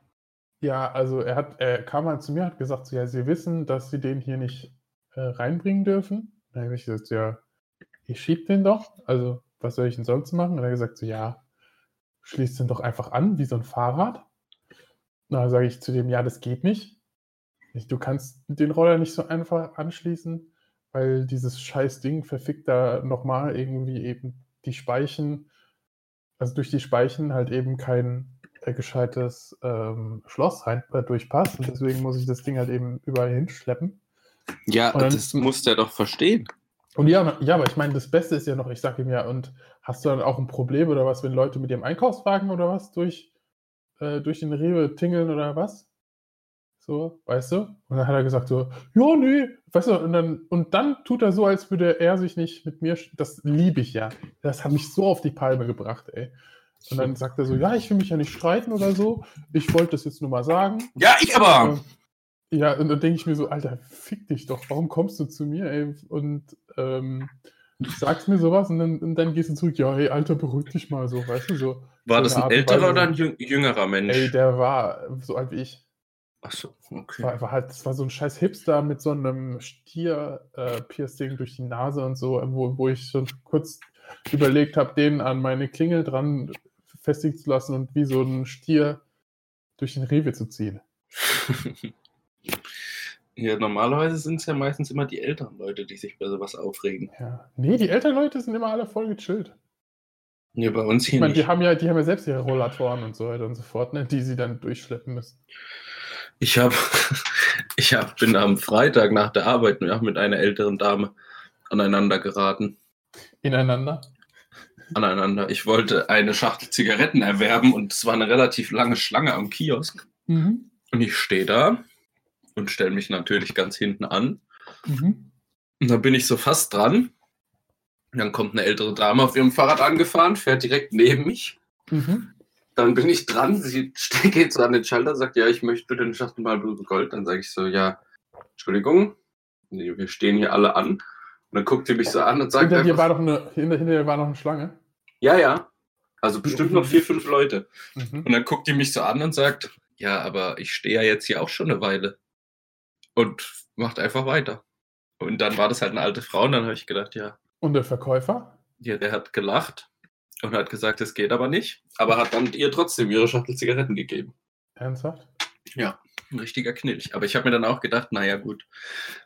Speaker 1: Ja, also er hat, er kam mal zu mir und hat gesagt, so, ja, sie wissen, dass sie den hier nicht äh, reinbringen dürfen. Dann habe ich gesagt, ja, ich schieb den doch. Also, was soll ich denn sonst machen? Und er hat gesagt, so, ja, schließ den doch einfach an, wie so ein Fahrrad. Na, sage ich zu dem, ja, das geht nicht. Ich, du kannst den Roller nicht so einfach anschließen, weil dieses scheiß Ding verfickt da nochmal irgendwie eben die Speichen, also durch die Speichen halt eben kein äh, gescheites ähm, Schloss rein, äh, durchpasst. Und deswegen muss ich das Ding halt eben überall hinschleppen.
Speaker 2: Ja,
Speaker 1: Und dann-
Speaker 2: das muss der doch verstehen.
Speaker 1: Und ja, na- ja, aber ich meine, das Beste ist ja noch, ich sage ihm ja, und hast du dann auch ein Problem oder was, wenn Leute mit ihrem Einkaufswagen oder was durch, äh, durch den Rewe tingeln oder was? So, weißt du? Und dann hat er gesagt so, ja, nee, weißt du, und dann, und dann tut er so, als würde er sich nicht mit mir, sch- das liebe ich ja. Das hat mich so auf die Palme gebracht, ey. Und dann sagt er so, ja, ich will mich ja nicht streiten oder so, ich wollte das jetzt nur mal sagen.
Speaker 2: Ja, ich aber!
Speaker 1: Ja, und dann denke ich mir so, Alter, fick dich doch, warum kommst du zu mir, ey, und ähm, sagst mir sowas und dann, und dann gehst du zurück, ja, hey, Alter, beruhig dich mal so, weißt du, so.
Speaker 2: War das
Speaker 1: Schöne
Speaker 2: ein
Speaker 1: Art und
Speaker 2: älterer
Speaker 1: Weise.
Speaker 2: oder ein jüng- jüngerer Mensch?
Speaker 1: Ey, der war so alt wie ich.
Speaker 2: Achso,
Speaker 1: Das
Speaker 2: okay.
Speaker 1: war, war halt, das war so ein scheiß Hipster mit so einem Stier-Piercing durch die Nase und so, wo, wo ich schon kurz überlegt habe, den an meine Klingel dran festigen zu lassen und wie so ein Stier durch den Rewe zu ziehen.
Speaker 2: ja, normalerweise sind es ja meistens immer die älteren Leute, die sich bei sowas aufregen.
Speaker 1: Ja. Nee, die älteren Leute sind immer alle voll gechillt.
Speaker 2: Ja, bei uns
Speaker 1: Ich
Speaker 2: hier
Speaker 1: meine, die
Speaker 2: nicht.
Speaker 1: haben ja, die haben ja selbst ihre Rollatoren und so weiter und so fort, ne, die sie dann durchschleppen müssen.
Speaker 2: Ich habe, ich hab, bin am Freitag nach der Arbeit ja, mit einer älteren Dame aneinander geraten.
Speaker 1: Ineinander.
Speaker 2: Aneinander. Ich wollte eine Schachtel Zigaretten erwerben und es war eine relativ lange Schlange am Kiosk.
Speaker 1: Mhm.
Speaker 2: Und ich stehe da und stelle mich natürlich ganz hinten an.
Speaker 1: Mhm.
Speaker 2: Und dann bin ich so fast dran. Und dann kommt eine ältere Dame auf ihrem Fahrrad angefahren, fährt direkt neben mich.
Speaker 1: Mhm.
Speaker 2: Dann bin ich dran, sie ste- geht so an den Schalter, sagt, ja, ich möchte bitte eine Schachtel Malbluse Gold. Dann sage ich so, ja, Entschuldigung, nee, wir stehen hier alle an. Und dann guckt sie mich so an und sagt,
Speaker 1: Hinter dir war
Speaker 2: einfach,
Speaker 1: noch eine, hinter, hinter dir war noch eine Schlange.
Speaker 2: ja, ja, also bestimmt noch vier, fünf Leute.
Speaker 1: Mhm.
Speaker 2: Und dann guckt die mich so an und sagt, ja, aber ich stehe ja jetzt hier auch schon eine Weile. Und macht einfach weiter. Und dann war das halt eine alte Frau und dann habe ich gedacht, ja,
Speaker 1: Und der Verkäufer?
Speaker 2: ja, der hat gelacht und hat gesagt, es geht aber nicht. Aber hat dann ihr trotzdem ihre Schachtel Zigaretten gegeben.
Speaker 1: Ernsthaft?
Speaker 2: Ein richtiger Knilch. Aber ich habe mir dann auch gedacht, naja gut,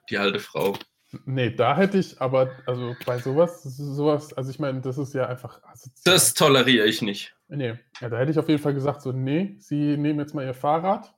Speaker 2: die alte Frau.
Speaker 1: Nee, da hätte ich, aber also bei sowas, sowas, also ich meine, das ist ja einfach asozial.
Speaker 2: Das toleriere ich nicht.
Speaker 1: Nee, ja, da hätte ich auf jeden Fall gesagt, so, nee, sie nehmen jetzt mal ihr Fahrrad.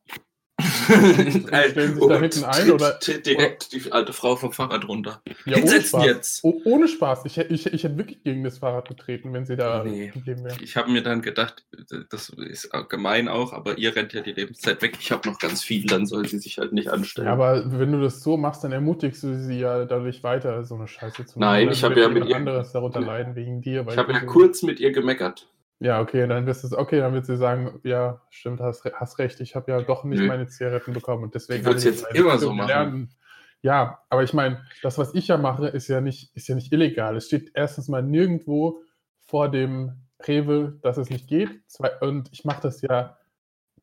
Speaker 1: stellen sich da
Speaker 2: Und
Speaker 1: hinten ein,
Speaker 2: tritt-
Speaker 1: oder-
Speaker 2: tritt direkt die alte Frau vom Fahrrad runter.
Speaker 1: Ja, ohne
Speaker 2: Hinsetzen
Speaker 1: Spaß.
Speaker 2: jetzt.
Speaker 1: Oh, ohne Spaß. Ich, hä- ich, ich hätte wirklich gegen das Fahrrad getreten, wenn sie da
Speaker 2: Nee.
Speaker 1: geblieben wäre.
Speaker 2: Ich habe mir dann gedacht, das ist gemein auch, aber ihr rennt ja die Lebenszeit weg. Ich habe noch ganz viel, dann soll sie sich halt nicht anstellen.
Speaker 1: Ja, aber wenn du das so machst, dann ermutigst du sie ja dadurch weiter, so eine Scheiße zu machen.
Speaker 2: Nein,
Speaker 1: Dann
Speaker 2: ich hab
Speaker 1: wird
Speaker 2: ja mit
Speaker 1: jemand
Speaker 2: ihr-
Speaker 1: anderes darunter leiden wegen dir. weil
Speaker 2: ich habe
Speaker 1: du
Speaker 2: ja
Speaker 1: so-
Speaker 2: kurz mit ihr gemeckert.
Speaker 1: Ja, okay, dann wirst du es, okay, dann wird sie sagen, ja, stimmt, hast, re- hast recht, ich habe ja doch nicht
Speaker 2: Nö.
Speaker 1: meine Zigaretten bekommen und deswegen.
Speaker 2: Die wird's
Speaker 1: habe ich
Speaker 2: Mhm. jetzt
Speaker 1: meine
Speaker 2: immer so
Speaker 1: Stimme
Speaker 2: machen.
Speaker 1: Ja, aber ich meine, das, was ich ja mache, ist ja nicht, ist ja nicht illegal. Es steht erstens mal nirgendwo vor dem Rewe, dass es nicht geht. Zwei, und ich mache das ja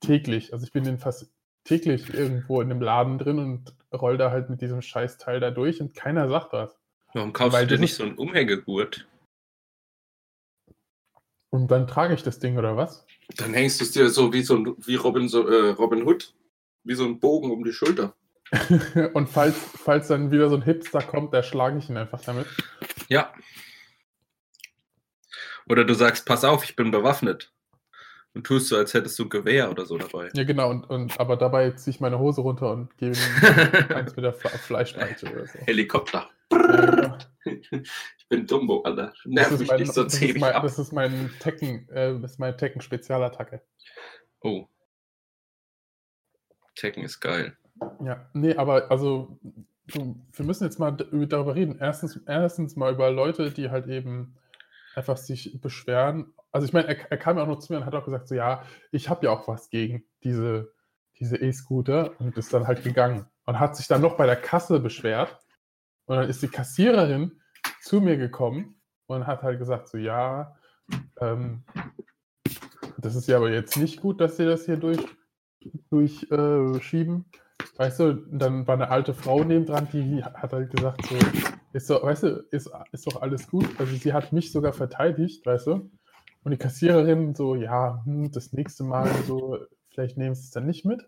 Speaker 1: täglich. Also ich bin in fast täglich irgendwo in einem Laden drin und roll da halt mit diesem Scheißteil da durch und keiner sagt was.
Speaker 2: Warum kaufst
Speaker 1: Weil
Speaker 2: du dir
Speaker 1: das
Speaker 2: nicht
Speaker 1: ist-
Speaker 2: so einen Umhängegurt?
Speaker 1: Und dann trage ich das Ding oder was?
Speaker 2: Dann hängst du es dir so wie, so ein, wie Robin, so, äh, Robin Hood, wie so ein Bogen um die Schulter.
Speaker 1: Und falls, falls dann wieder so ein Hipster kommt, da schlage ich ihn einfach damit.
Speaker 2: Ja. Oder du sagst, pass auf, ich bin bewaffnet. Und tust so, als hättest du ein Gewehr oder so dabei.
Speaker 1: Ja, genau, und, und aber dabei ziehe ich meine Hose runter und gebe ihm eins mit der Fle Fleischpeitsche oder so.
Speaker 2: Äh, Helikopter.
Speaker 1: Ja, genau.
Speaker 2: Ich bin Dumbo, Alter.
Speaker 1: Das
Speaker 2: Nerv
Speaker 1: ist
Speaker 2: mich
Speaker 1: mein,
Speaker 2: nicht so
Speaker 1: das ist
Speaker 2: ziemlich
Speaker 1: mein,
Speaker 2: ab.
Speaker 1: das ist mein Tekken, äh, das ist meine Tekken-Spezialattacke.
Speaker 2: Oh. Tekken ist geil.
Speaker 1: Ja, nee, aber also du, wir müssen jetzt mal d- über- darüber reden. Erstens, erstens mal über Leute, die halt eben einfach sich beschweren. Also ich meine, er, er kam ja auch noch zu mir und hat auch gesagt, so ja, ich habe ja auch was gegen diese diese E-Scooter und ist dann halt gegangen und hat sich dann noch bei der Kasse beschwert und dann ist die Kassiererin zu mir gekommen und hat halt gesagt, so ja, ähm, das ist ja aber jetzt nicht gut, dass sie das hier durch durchschieben. Äh, schieben. Weißt du, dann war eine alte Frau nebendran, die hat halt gesagt, so, ist doch, weißt du, ist, ist doch alles gut. Also sie hat mich sogar verteidigt, weißt du. Und die Kassiererin so, ja, hm, das nächste Mal so, vielleicht nehmen sie es dann nicht mit.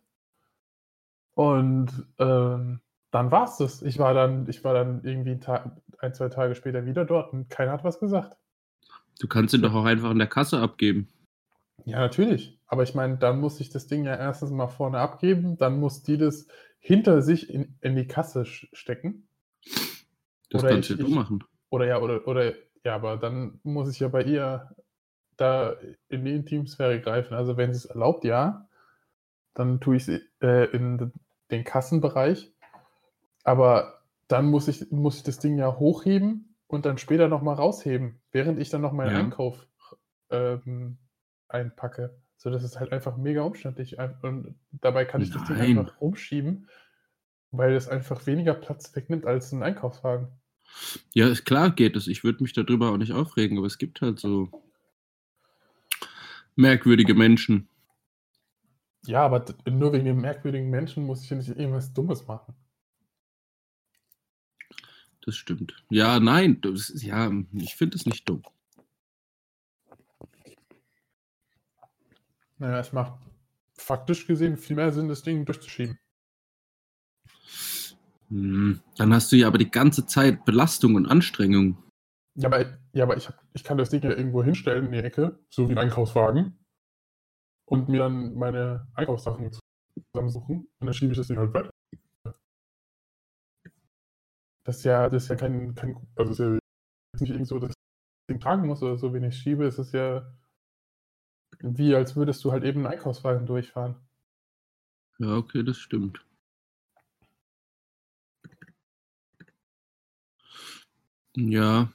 Speaker 1: Und ähm, dann war es das. Ich war dann, ich war dann irgendwie einen Tag, ein, zwei Tage später wieder dort und keiner hat was gesagt.
Speaker 2: Du kannst ihn doch auch einfach in der Kasse abgeben.
Speaker 1: Ja, natürlich. Aber ich meine, dann muss ich das Ding ja erstens mal vorne abgeben, dann muss die das hinter sich in, in die Kasse sch- stecken.
Speaker 2: Das
Speaker 1: Oder
Speaker 2: kannst
Speaker 1: ich-
Speaker 2: ja du
Speaker 1: ich-
Speaker 2: machen.
Speaker 1: Oder ja, oder, oder ja, aber dann muss ich ja bei ihr da in die Intimsphäre greifen. Also wenn sie es erlaubt, ja, dann tue ich es äh, in den Kassenbereich. Aber dann muss ich, muss ich das Ding ja hochheben und dann später nochmal rausheben, während ich dann noch meinen
Speaker 2: Ja.
Speaker 1: Einkauf ähm, einpacke. So, das ist halt einfach mega umständlich. Ein- Und dabei kann ich das Ding
Speaker 2: Nein.
Speaker 1: einfach umschieben, weil es einfach weniger Platz wegnimmt als ein Einkaufswagen.
Speaker 2: Ja, ist klar geht es. Ich würde mich darüber auch nicht aufregen, aber es gibt halt so Merkwürdige Menschen.
Speaker 1: Ja, aber d- nur wegen den merkwürdigen Menschen muss ich ja nicht irgendwas Dummes machen.
Speaker 2: Das stimmt. Ja, nein, das, ist- ja, ich finde es nicht dumm.
Speaker 1: Naja, es macht faktisch gesehen viel mehr Sinn, das Ding durchzuschieben.
Speaker 2: Hm, Dann hast du ja aber die ganze Zeit Belastung und Anstrengung.
Speaker 1: Ja, aber, ja, aber ich, hab, ich kann das Ding ja irgendwo hinstellen in die Ecke, so wie ein Einkaufswagen, und mir dann meine Einkaufssachen zusammensuchen und dann schiebe ich das Ding halt weiter. Das ist ja, das ist ja kein, kein also es ist ja jetzt nicht irgend so, dass ich das Ding tragen muss oder so, wenn ich schiebe, ist es ja wie, als würdest du halt eben einen Einkaufswagen durchfahren.
Speaker 2: Ja, okay, das stimmt. Ja,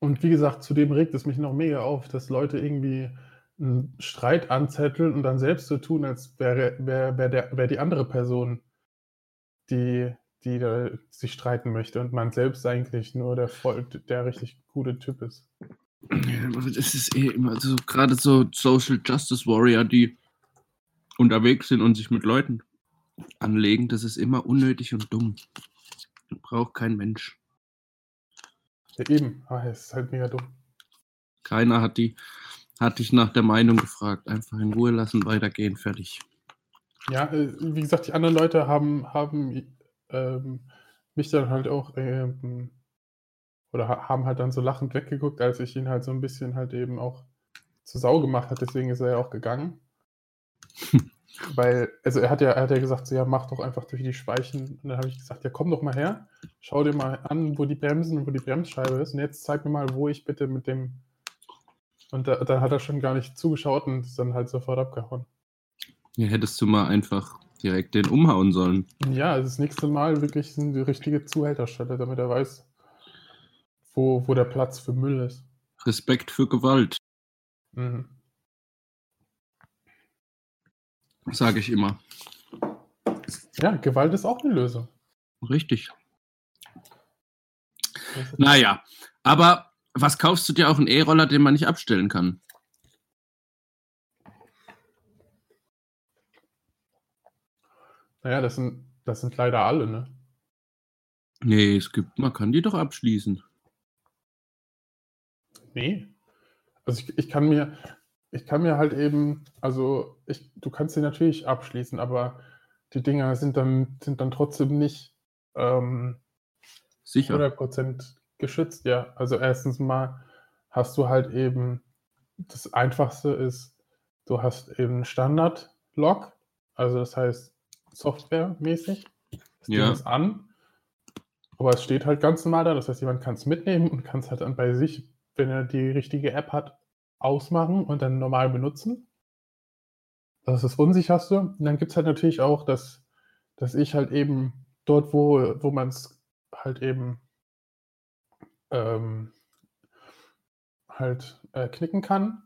Speaker 1: Und wie gesagt, zudem regt es mich noch mega auf, dass Leute irgendwie einen Streit anzetteln und dann selbst so tun, als wäre wär, wär der, wär die andere Person, die, die da sich streiten möchte und man selbst eigentlich nur der, voll, der richtig gute Typ ist.
Speaker 2: Also Das ist eh immer so, gerade so Social Justice Warrior, die unterwegs sind und sich mit Leuten anlegen, das ist immer unnötig und dumm. Braucht kein Mensch.
Speaker 1: Ja, eben. Ah, es ist halt mega dumm.
Speaker 2: Keiner hat die, hat dich nach der Meinung gefragt. Einfach in Ruhe lassen, weitergehen, fertig.
Speaker 1: Ja, äh, wie gesagt, die anderen Leute haben, haben ähm, mich dann halt auch ähm, oder ha- haben halt dann so lachend weggeguckt, als ich ihn halt so ein bisschen halt eben auch zur Sau gemacht hat, deswegen ist er ja auch gegangen. Weil, also er hat ja, er hat ja gesagt, so, ja, mach doch einfach durch die Speichen. Und dann habe ich gesagt, ja, komm doch mal her, schau dir mal an, wo die Bremsen und wo die Bremsscheibe ist. Und jetzt zeig mir mal, wo ich bitte mit dem. Und da, dann hat er schon gar nicht zugeschaut und ist dann halt sofort abgehauen.
Speaker 2: Ja, hättest du mal einfach direkt den umhauen sollen.
Speaker 1: Ja, also das nächste Mal wirklich sind die richtige Zuhälterstelle, damit er weiß, wo, wo der Platz für Müll ist.
Speaker 2: Respekt für Gewalt,
Speaker 1: Mhm.
Speaker 2: sage ich immer.
Speaker 1: Ja, Gewalt ist auch eine Lösung.
Speaker 2: Richtig. Naja, aber was kaufst du dir auch einen E-Roller, den man nicht abstellen kann?
Speaker 1: Naja, das sind, das sind leider alle, ne?
Speaker 2: Nee, es gibt, man kann die doch abschließen.
Speaker 1: Nee. Also ich, ich kann mir, ich kann mir halt eben, also ich, du kannst sie natürlich abschließen, aber die Dinger sind dann, sind dann trotzdem nicht ähm,
Speaker 2: Sicher.
Speaker 1: 100% geschützt, ja. Also erstens mal hast du halt eben, das Einfachste ist, du hast eben Standard-Log, also das heißt softwaremäßig, das Ding
Speaker 2: Ja.
Speaker 1: ist an, aber es steht halt ganz normal da, das heißt, jemand kann es mitnehmen und kann es halt dann bei sich, wenn er die richtige App hat, ausmachen und dann normal benutzen. Das ist das Unsicherste. Und dann gibt es halt natürlich auch, dass, dass ich halt eben dort, wo, wo man es halt eben ähm, halt äh, knicken kann,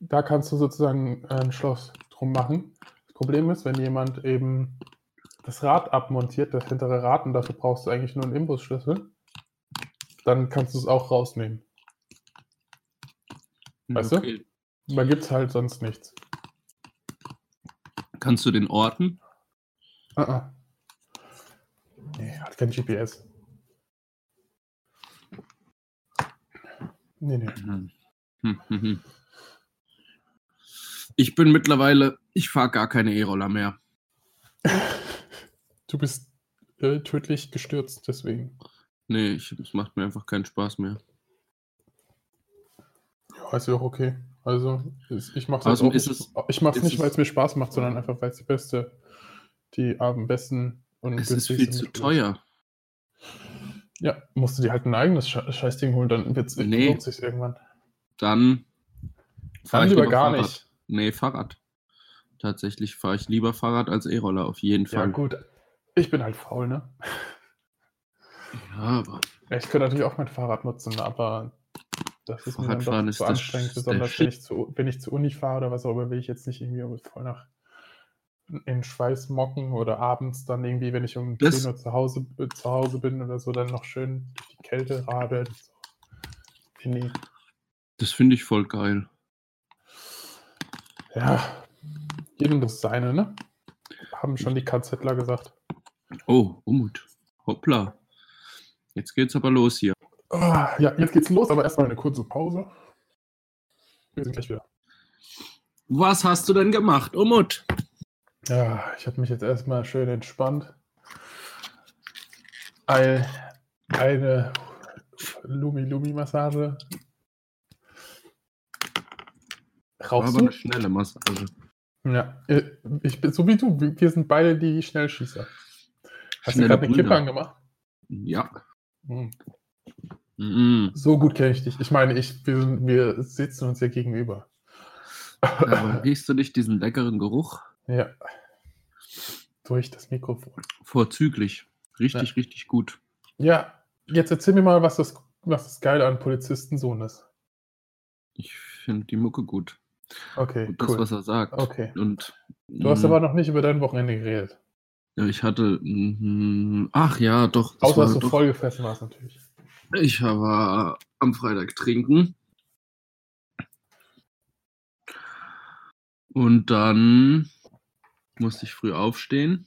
Speaker 1: da kannst du sozusagen äh, ein Schloss drum machen. Das Problem ist, wenn jemand eben das Rad abmontiert, das hintere Rad, und dafür brauchst du eigentlich nur einen Imbusschlüssel, dann kannst du es auch rausnehmen. weißt du?
Speaker 2: Okay.
Speaker 1: Da gibt es halt sonst nichts.
Speaker 2: Kannst du den orten?
Speaker 1: Ah, ah. Nee, hat kein GPS. Nee, nee.
Speaker 2: Hm, hm, hm. Ich bin mittlerweile, ich fahre gar keine E-Roller mehr.
Speaker 1: Du bist äh, tödlich gestürzt, deswegen.
Speaker 2: Nee, ich, es macht mir einfach keinen Spaß mehr.
Speaker 1: Ja, ist ja auch okay. Also, ist, ich mache
Speaker 2: Also
Speaker 1: auch
Speaker 2: ist
Speaker 1: nicht,
Speaker 2: es-
Speaker 1: ich mach's
Speaker 2: ist
Speaker 1: nicht,
Speaker 2: es-
Speaker 1: weil es mir Spaß macht, sondern einfach, weil es die beste, die am besten und
Speaker 2: Es ist viel
Speaker 1: günstigste
Speaker 2: zu
Speaker 1: Methode
Speaker 2: teuer.
Speaker 1: Ja, musst du dir halt ein eigenes Sche- Scheißding holen, dann wird's,
Speaker 2: Nee.
Speaker 1: lohnt sich irgendwann.
Speaker 2: Dann fahr
Speaker 1: Dann lieber
Speaker 2: lieber
Speaker 1: gar
Speaker 2: Fahrrad.
Speaker 1: nicht.
Speaker 2: Nee, Fahrrad. Tatsächlich fahre ich lieber Fahrrad als E-Roller, auf jeden
Speaker 1: Ja,
Speaker 2: Fall.
Speaker 1: gut. Ich bin halt faul, ne?
Speaker 2: Ja, aber
Speaker 1: Ich könnte natürlich auch mein Fahrrad nutzen, aber das ist mir dann
Speaker 2: Fahrradfahren
Speaker 1: doch
Speaker 2: ist
Speaker 1: zu
Speaker 2: das-
Speaker 1: anstrengend,
Speaker 2: der
Speaker 1: besonders wenn
Speaker 2: Shit.
Speaker 1: ich, zu, wenn ich zur Uni fahre oder was auch immer, will ich jetzt nicht irgendwie voll nach in Schweiß mocken oder abends dann irgendwie, wenn ich um
Speaker 2: Das-
Speaker 1: 10 Uhr zu Hause, äh, zu Hause bin oder so, dann noch schön durch die Kälte radeln. Nee, nee.
Speaker 2: Das finde ich voll geil.
Speaker 1: Ja, jedem das seine, ne? Haben schon die KZler gesagt.
Speaker 2: Oh, Umut. Hoppla. Jetzt geht's aber los hier.
Speaker 1: Ah, ja, jetzt geht's los, aber erstmal eine kurze Pause. Wir sind gleich wieder.
Speaker 2: Was hast du denn gemacht, Umut?
Speaker 1: Ja, ich habe mich jetzt erstmal schön entspannt. Ein, eine Lumi-Lumi-Massage.
Speaker 2: War
Speaker 1: Rauchst
Speaker 2: aber eine
Speaker 1: du?
Speaker 2: schnelle Massage.
Speaker 1: Ja, äh, ich bin so wie du. wir- Wir sind beide die Schnellschießer. Hast du
Speaker 2: Schnelle
Speaker 1: gerade eine
Speaker 2: Brüder.
Speaker 1: Kippe angemacht?
Speaker 2: Ja.
Speaker 1: Hm.
Speaker 2: Mhm.
Speaker 1: So gut kenne ich dich. Ich meine, ich, wir, sind- wir sitzen uns ja gegenüber.
Speaker 2: Aber riechst du nicht diesen leckeren Geruch?
Speaker 1: Ja. Durch das Mikrofon.
Speaker 2: Vorzüglich. Richtig, richtig gut.
Speaker 1: Ja, jetzt erzähl mir mal, was das, was das Geile an Polizistensohn ist.
Speaker 2: Ich finde die Mucke gut.
Speaker 1: Okay,
Speaker 2: Und das,
Speaker 1: cool.
Speaker 2: was er sagt.
Speaker 1: Okay.
Speaker 2: Und
Speaker 1: Du hast
Speaker 2: mh,
Speaker 1: aber noch nicht über dein Wochenende geredet.
Speaker 2: ja, ich hatte. mh, ach ja, doch. das
Speaker 1: Außer,
Speaker 2: war
Speaker 1: dass du
Speaker 2: doch
Speaker 1: vollgefressen warst, natürlich.
Speaker 2: Ich war am Freitag trinken. Und dann musste ich früh aufstehen.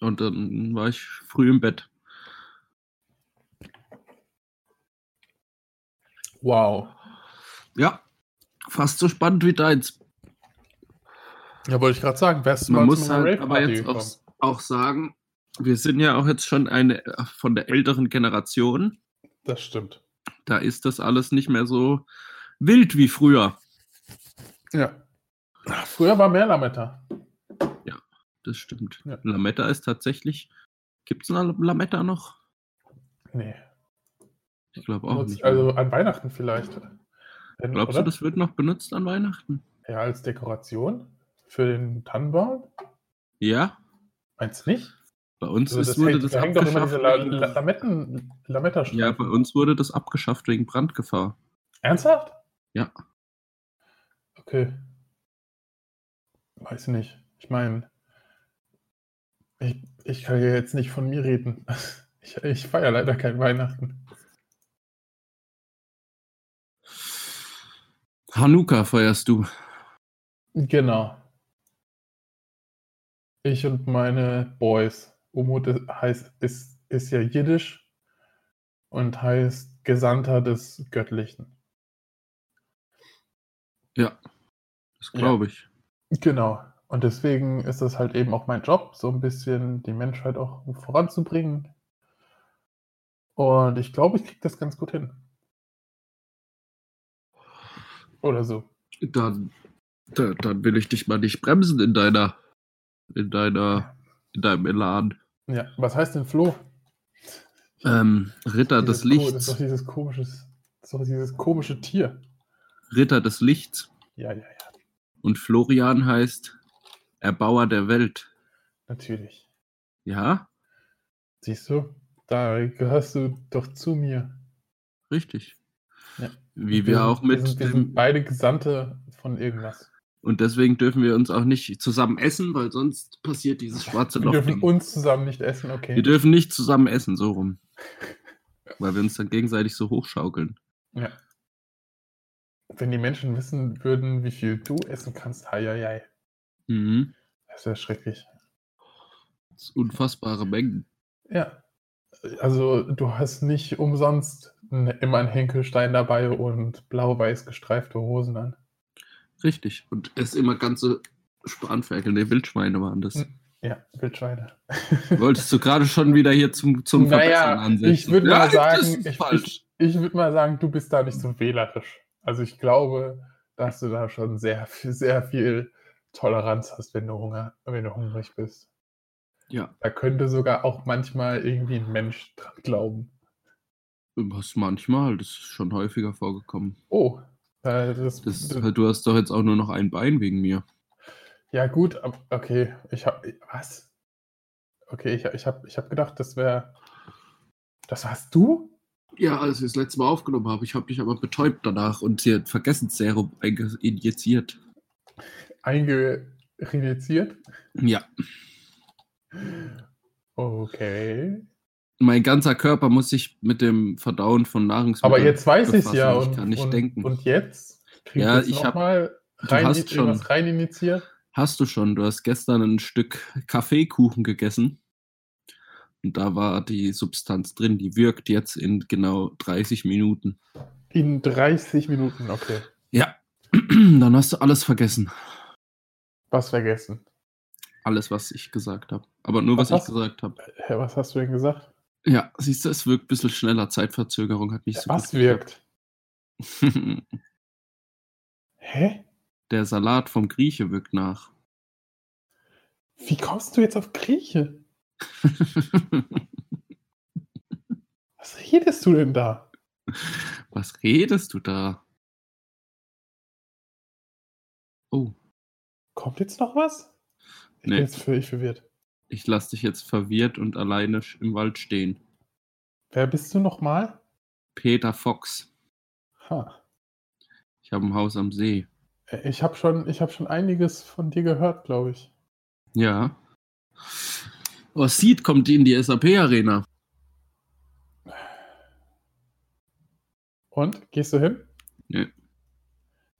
Speaker 2: Und dann war ich früh im Bett.
Speaker 1: Wow.
Speaker 2: Ja, fast so spannend wie deins.
Speaker 1: Ja, wollte ich gerade sagen. Wärst du
Speaker 2: Man
Speaker 1: mal
Speaker 2: muss
Speaker 1: zu einer
Speaker 2: halt aber
Speaker 1: Rave-Party
Speaker 2: jetzt auch,
Speaker 1: gekommen?
Speaker 2: auch sagen, wir sind ja auch jetzt schon eine von der älteren Generation.
Speaker 1: Das stimmt.
Speaker 2: Da ist das alles nicht mehr so wild wie früher.
Speaker 1: Ja. Früher war mehr Lametta.
Speaker 2: Das stimmt.
Speaker 1: Ja.
Speaker 2: Lametta ist tatsächlich. Gibt es eine Lametta noch?
Speaker 1: Nee.
Speaker 2: Ich glaube auch
Speaker 1: Nutz-
Speaker 2: nicht. mehr.
Speaker 1: also an Weihnachten vielleicht. Wenn,
Speaker 2: Glaubst
Speaker 1: oder?
Speaker 2: du, das wird noch benutzt an Weihnachten?
Speaker 1: Ja, als Dekoration für den Tannenbaum?
Speaker 2: Ja,
Speaker 1: Meinst du nicht?
Speaker 2: bei uns
Speaker 1: Also
Speaker 2: ist,
Speaker 1: das
Speaker 2: wurde
Speaker 1: hängt,
Speaker 2: das
Speaker 1: da hängt doch immer
Speaker 2: abgeschafft.
Speaker 1: diese La
Speaker 2: wegen-
Speaker 1: La Lametten, Lametterstreifen.
Speaker 2: ja, bei uns wurde das abgeschafft wegen Brandgefahr.
Speaker 1: Ernsthaft?
Speaker 2: Ja.
Speaker 1: Okay. Weiß nicht. Ich meine, ich, ich kann ja jetzt nicht von mir reden. Ich, ich feiere leider kein Weihnachten.
Speaker 2: Hanukkah feierst du.
Speaker 1: Genau. Ich und meine Boys. Umut ist- heißt, ist, ist ja jiddisch und heißt Gesandter des Göttlichen.
Speaker 2: Das glaube ich.
Speaker 1: Genau. Und deswegen ist das halt eben auch mein Job, so ein bisschen die Menschheit auch voranzubringen. Und ich glaube, ich kriege das ganz gut hin. Oder so.
Speaker 2: Dann, da, dann will ich dich mal nicht bremsen in deiner, in deiner, in deinem Elan.
Speaker 1: Ja, was heißt denn Flo?
Speaker 2: Ähm, Ritter
Speaker 1: Dieses
Speaker 2: des
Speaker 1: Ko- Das ist doch
Speaker 2: Lichts.
Speaker 1: dieses komisches, das ist doch dieses komische Tier.
Speaker 2: Ritter des Lichts.
Speaker 1: Ja, ja, ja,
Speaker 2: Und Florian heißt Erbauer der Welt.
Speaker 1: natürlich.
Speaker 2: Ja,
Speaker 1: Siehst du, da gehörst du doch zu mir.
Speaker 2: richtig.
Speaker 1: Ja.
Speaker 2: Wie wir
Speaker 1: sind-
Speaker 2: auch
Speaker 1: wir sind,
Speaker 2: mit
Speaker 1: wir sind
Speaker 2: dem
Speaker 1: beide Gesandte von irgendwas.
Speaker 2: Und deswegen dürfen wir uns auch nicht zusammen essen, weil sonst passiert dieses schwarze
Speaker 1: Wir
Speaker 2: Loch.
Speaker 1: dürfen
Speaker 2: Ding.
Speaker 1: uns zusammen nicht essen, okay.
Speaker 2: wir dürfen nicht zusammen essen, so rum. Weil wir uns dann gegenseitig so hochschaukeln.
Speaker 1: Wenn die Menschen wissen würden, wie viel du essen kannst, hei, hei, hei.
Speaker 2: Mhm.
Speaker 1: Das wäre schrecklich.
Speaker 2: Das ist unfassbare Mengen.
Speaker 1: Ja. Also, du hast nicht umsonst n- immer einen Henkelstein dabei und blau-weiß gestreifte Hosen an.
Speaker 2: Richtig. Und es immer ganze Spanferkel, ne, Wildschweine waren das.
Speaker 1: Mhm. Ja, Wildschweine.
Speaker 2: Wolltest du gerade schon wieder hier zum, zum
Speaker 1: Naja, ich
Speaker 2: ansetzen?
Speaker 1: würde
Speaker 2: Ja,
Speaker 1: mal
Speaker 2: das
Speaker 1: sagen,
Speaker 2: ist
Speaker 1: ich,
Speaker 2: falsch.
Speaker 1: ich, ich würde mal sagen, du bist da nicht so wählerisch. Also, ich glaube, dass du da schon sehr, viel- sehr viel Toleranz hast, wenn du Hunger, wenn du hungrig bist.
Speaker 2: Ja,
Speaker 1: Da könnte sogar auch manchmal irgendwie ein Mensch dran glauben.
Speaker 2: was manchmal, das ist schon häufiger vorgekommen.
Speaker 1: Oh, äh, das,
Speaker 2: Das,
Speaker 1: das-
Speaker 2: du hast doch jetzt auch nur noch ein Bein wegen mir.
Speaker 1: ja gut, ab- okay, ich habe was? Okay, ich, ich habe ich hab gedacht, das wäre das warst du?
Speaker 2: Ja, als ich das letzte Mal aufgenommen habe, ich habe dich aber betäubt danach und dir Vergessensserum einge- injiziert.
Speaker 1: Eingerinitiert?
Speaker 2: Ja,
Speaker 1: Okay.
Speaker 2: mein ganzer Körper muss sich mit dem Verdauen von Nahrungsmitteln.
Speaker 1: Aber jetzt weiß ich
Speaker 2: befassen.
Speaker 1: ja.
Speaker 2: Ich
Speaker 1: Und,
Speaker 2: kann nicht
Speaker 1: und,
Speaker 2: denken.
Speaker 1: Und jetzt? Kriegt
Speaker 2: Ja,
Speaker 1: jetzt
Speaker 2: ich
Speaker 1: noch
Speaker 2: hab-
Speaker 1: mal
Speaker 2: du
Speaker 1: rein, eh
Speaker 2: hast schon.
Speaker 1: irgendwas rein initiiert?
Speaker 2: Hast du schon? Du hast gestern ein Stück Kaffeekuchen gegessen. Und da war die Substanz drin, die wirkt jetzt in genau 30 Minuten.
Speaker 1: In 30 Minuten, okay.
Speaker 2: Ja, dann hast du alles vergessen.
Speaker 1: Was vergessen.
Speaker 2: Alles, was ich gesagt habe. Aber nur, was,
Speaker 1: Was
Speaker 2: was
Speaker 1: hast-
Speaker 2: ich gesagt habe.
Speaker 1: Hä, was hast du denn gesagt?
Speaker 2: Ja, siehst du, es wirkt ein bisschen schneller. Zeitverzögerung hat nicht so
Speaker 1: Was
Speaker 2: gut geklappt.
Speaker 1: wirkt? Hä?
Speaker 2: Der Salat vom Grieche wirkt nach.
Speaker 1: Wie kommst du jetzt auf Grieche? Was redest du denn da?
Speaker 2: was redest du da? Oh.
Speaker 1: Kommt jetzt noch was? Ich
Speaker 2: Nee.
Speaker 1: bin jetzt völlig verwirrt.
Speaker 2: Ich lasse dich jetzt verwirrt und alleine sch- im Wald stehen.
Speaker 1: Wer bist du nochmal?
Speaker 2: Peter Fox.
Speaker 1: Ha. Äh,
Speaker 2: Ich habe ein Haus am See.
Speaker 1: Ich habe schon, ich hab schon einiges von dir gehört, glaube ich.
Speaker 2: Ja. Oh, Seed kommt in die SAP-Arena.
Speaker 1: Und? Gehst du hin?
Speaker 2: Nee.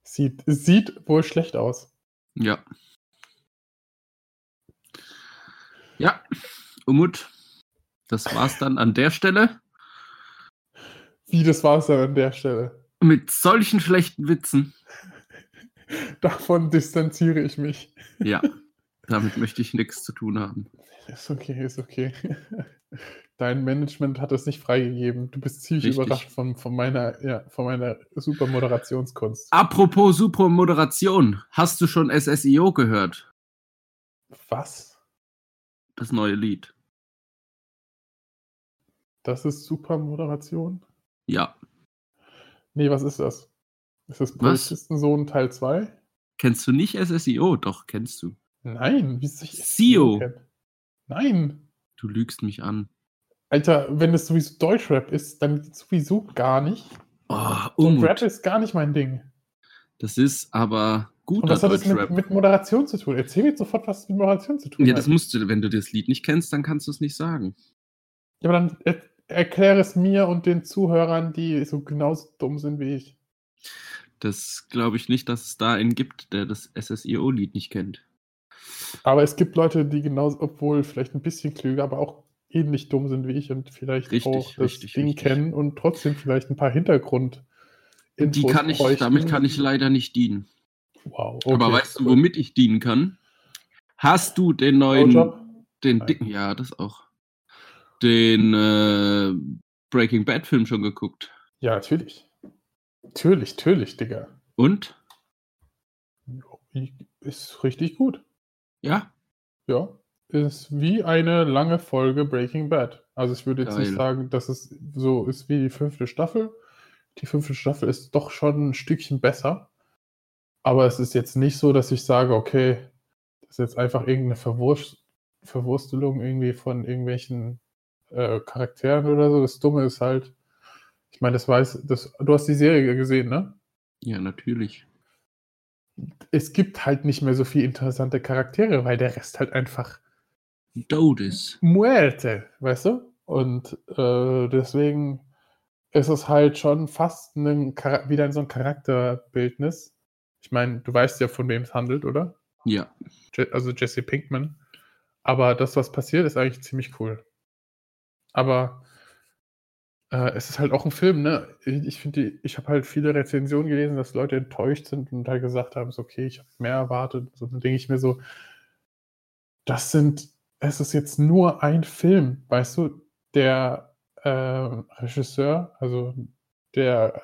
Speaker 1: Sieht, sieht wohl schlecht aus.
Speaker 2: Ja. Ja. Umut. Das war's dann an der Stelle.
Speaker 1: Wie, das war es dann an der Stelle.
Speaker 2: Mit solchen schlechten Witzen.
Speaker 1: Davon distanziere ich mich.
Speaker 2: Ja. Damit möchte ich nichts zu tun haben.
Speaker 1: Ist okay, ist okay. Dein Management hat es nicht freigegeben. Du bist ziemlich
Speaker 2: Richtig.
Speaker 1: überrascht von, von meiner, ja, von meiner super
Speaker 2: Ah.
Speaker 1: Moderationskunst.
Speaker 2: Apropos Super Moderation. Hast du schon SSIO gehört?
Speaker 1: Was?
Speaker 2: Das neue Lied.
Speaker 1: Das ist super Moderation?
Speaker 2: Ja.
Speaker 1: Nee, was ist das? Ist das
Speaker 2: Was?
Speaker 1: Polizistensohn Teil 2?
Speaker 2: Kennst du nicht SSIO? Doch, kennst du.
Speaker 1: Nein, wie soll ich das
Speaker 2: Sio.
Speaker 1: kennen? Nein.
Speaker 2: Du lügst mich an.
Speaker 1: Alter, wenn es sowieso Deutschrap ist, dann geht's sowieso gar nicht.
Speaker 2: Oh,
Speaker 1: Und Rap
Speaker 2: Umut.
Speaker 1: ist gar nicht mein Ding.
Speaker 2: Das ist aber
Speaker 1: Und
Speaker 2: guter
Speaker 1: was hat das mit,
Speaker 2: Deutschrap.
Speaker 1: mit Moderation zu tun? Erzähl mir jetzt sofort, was es mit Moderation zu tun
Speaker 2: Ja,
Speaker 1: hat.
Speaker 2: das musst du, wenn du das Lied nicht kennst, dann kannst du es nicht sagen.
Speaker 1: Ja, aber dann er erkläre es mir und den Zuhörern, die so genauso dumm sind wie ich.
Speaker 2: Das glaube ich nicht, dass es da einen gibt, der das SSIO-Lied nicht kennt.
Speaker 1: Aber es gibt Leute, die genauso, obwohl vielleicht ein bisschen klüger, aber auch ähnlich dumm sind wie ich und vielleicht
Speaker 2: Richtig,
Speaker 1: auch das
Speaker 2: richtig,
Speaker 1: Ding
Speaker 2: richtig.
Speaker 1: kennen und trotzdem vielleicht ein paar Hintergrund.
Speaker 2: Die kann ich, damit kann ich leider nicht dienen.
Speaker 1: Wow, okay.
Speaker 2: Aber weißt du, womit ich dienen kann? Hast du den neuen,
Speaker 1: Blowjob?
Speaker 2: den
Speaker 1: Nein.
Speaker 2: dicken, ja, das auch, den äh, Breaking Bad Film schon geguckt?
Speaker 1: Ja, natürlich. Natürlich, natürlich, Digga.
Speaker 2: Und?
Speaker 1: Ist richtig gut.
Speaker 2: Ja,
Speaker 1: Ja. Ist wie eine lange Folge Breaking Bad. Also ich würde jetzt
Speaker 2: Geil.
Speaker 1: nicht sagen, dass es so ist wie die fünfte Staffel. Die fünfte Staffel ist doch schon ein Stückchen besser. Aber es ist jetzt nicht so, dass ich sage, okay, das ist jetzt einfach irgendeine Verwurst Verwurstelung irgendwie von irgendwelchen äh, Charakteren oder so. Das Dumme ist halt, ich meine, das weiß, das, du hast die Serie gesehen, ne?
Speaker 2: ja, natürlich.
Speaker 1: es gibt halt nicht mehr so viel interessante Charaktere, weil der Rest halt einfach
Speaker 2: Dodis.
Speaker 1: Muerte, weißt du? Und äh, deswegen ist es halt schon fast ein, Chara- wieder so ein Charakterbildnis. Ich meine, du weißt ja, von wem es handelt, oder?
Speaker 2: Ja,
Speaker 1: Je also Jesse Pinkman. Aber das, was passiert, ist eigentlich ziemlich cool. Aber äh, es ist halt auch ein Film, ne? Ich ich finde, die- ich habe halt viele Rezensionen gelesen, dass Leute enttäuscht sind und halt gesagt haben, so, okay, ich habe mehr erwartet. So, dann denke ich mir so, das sind, es ist jetzt nur ein Film, weißt du? Der äh, Regisseur, also der,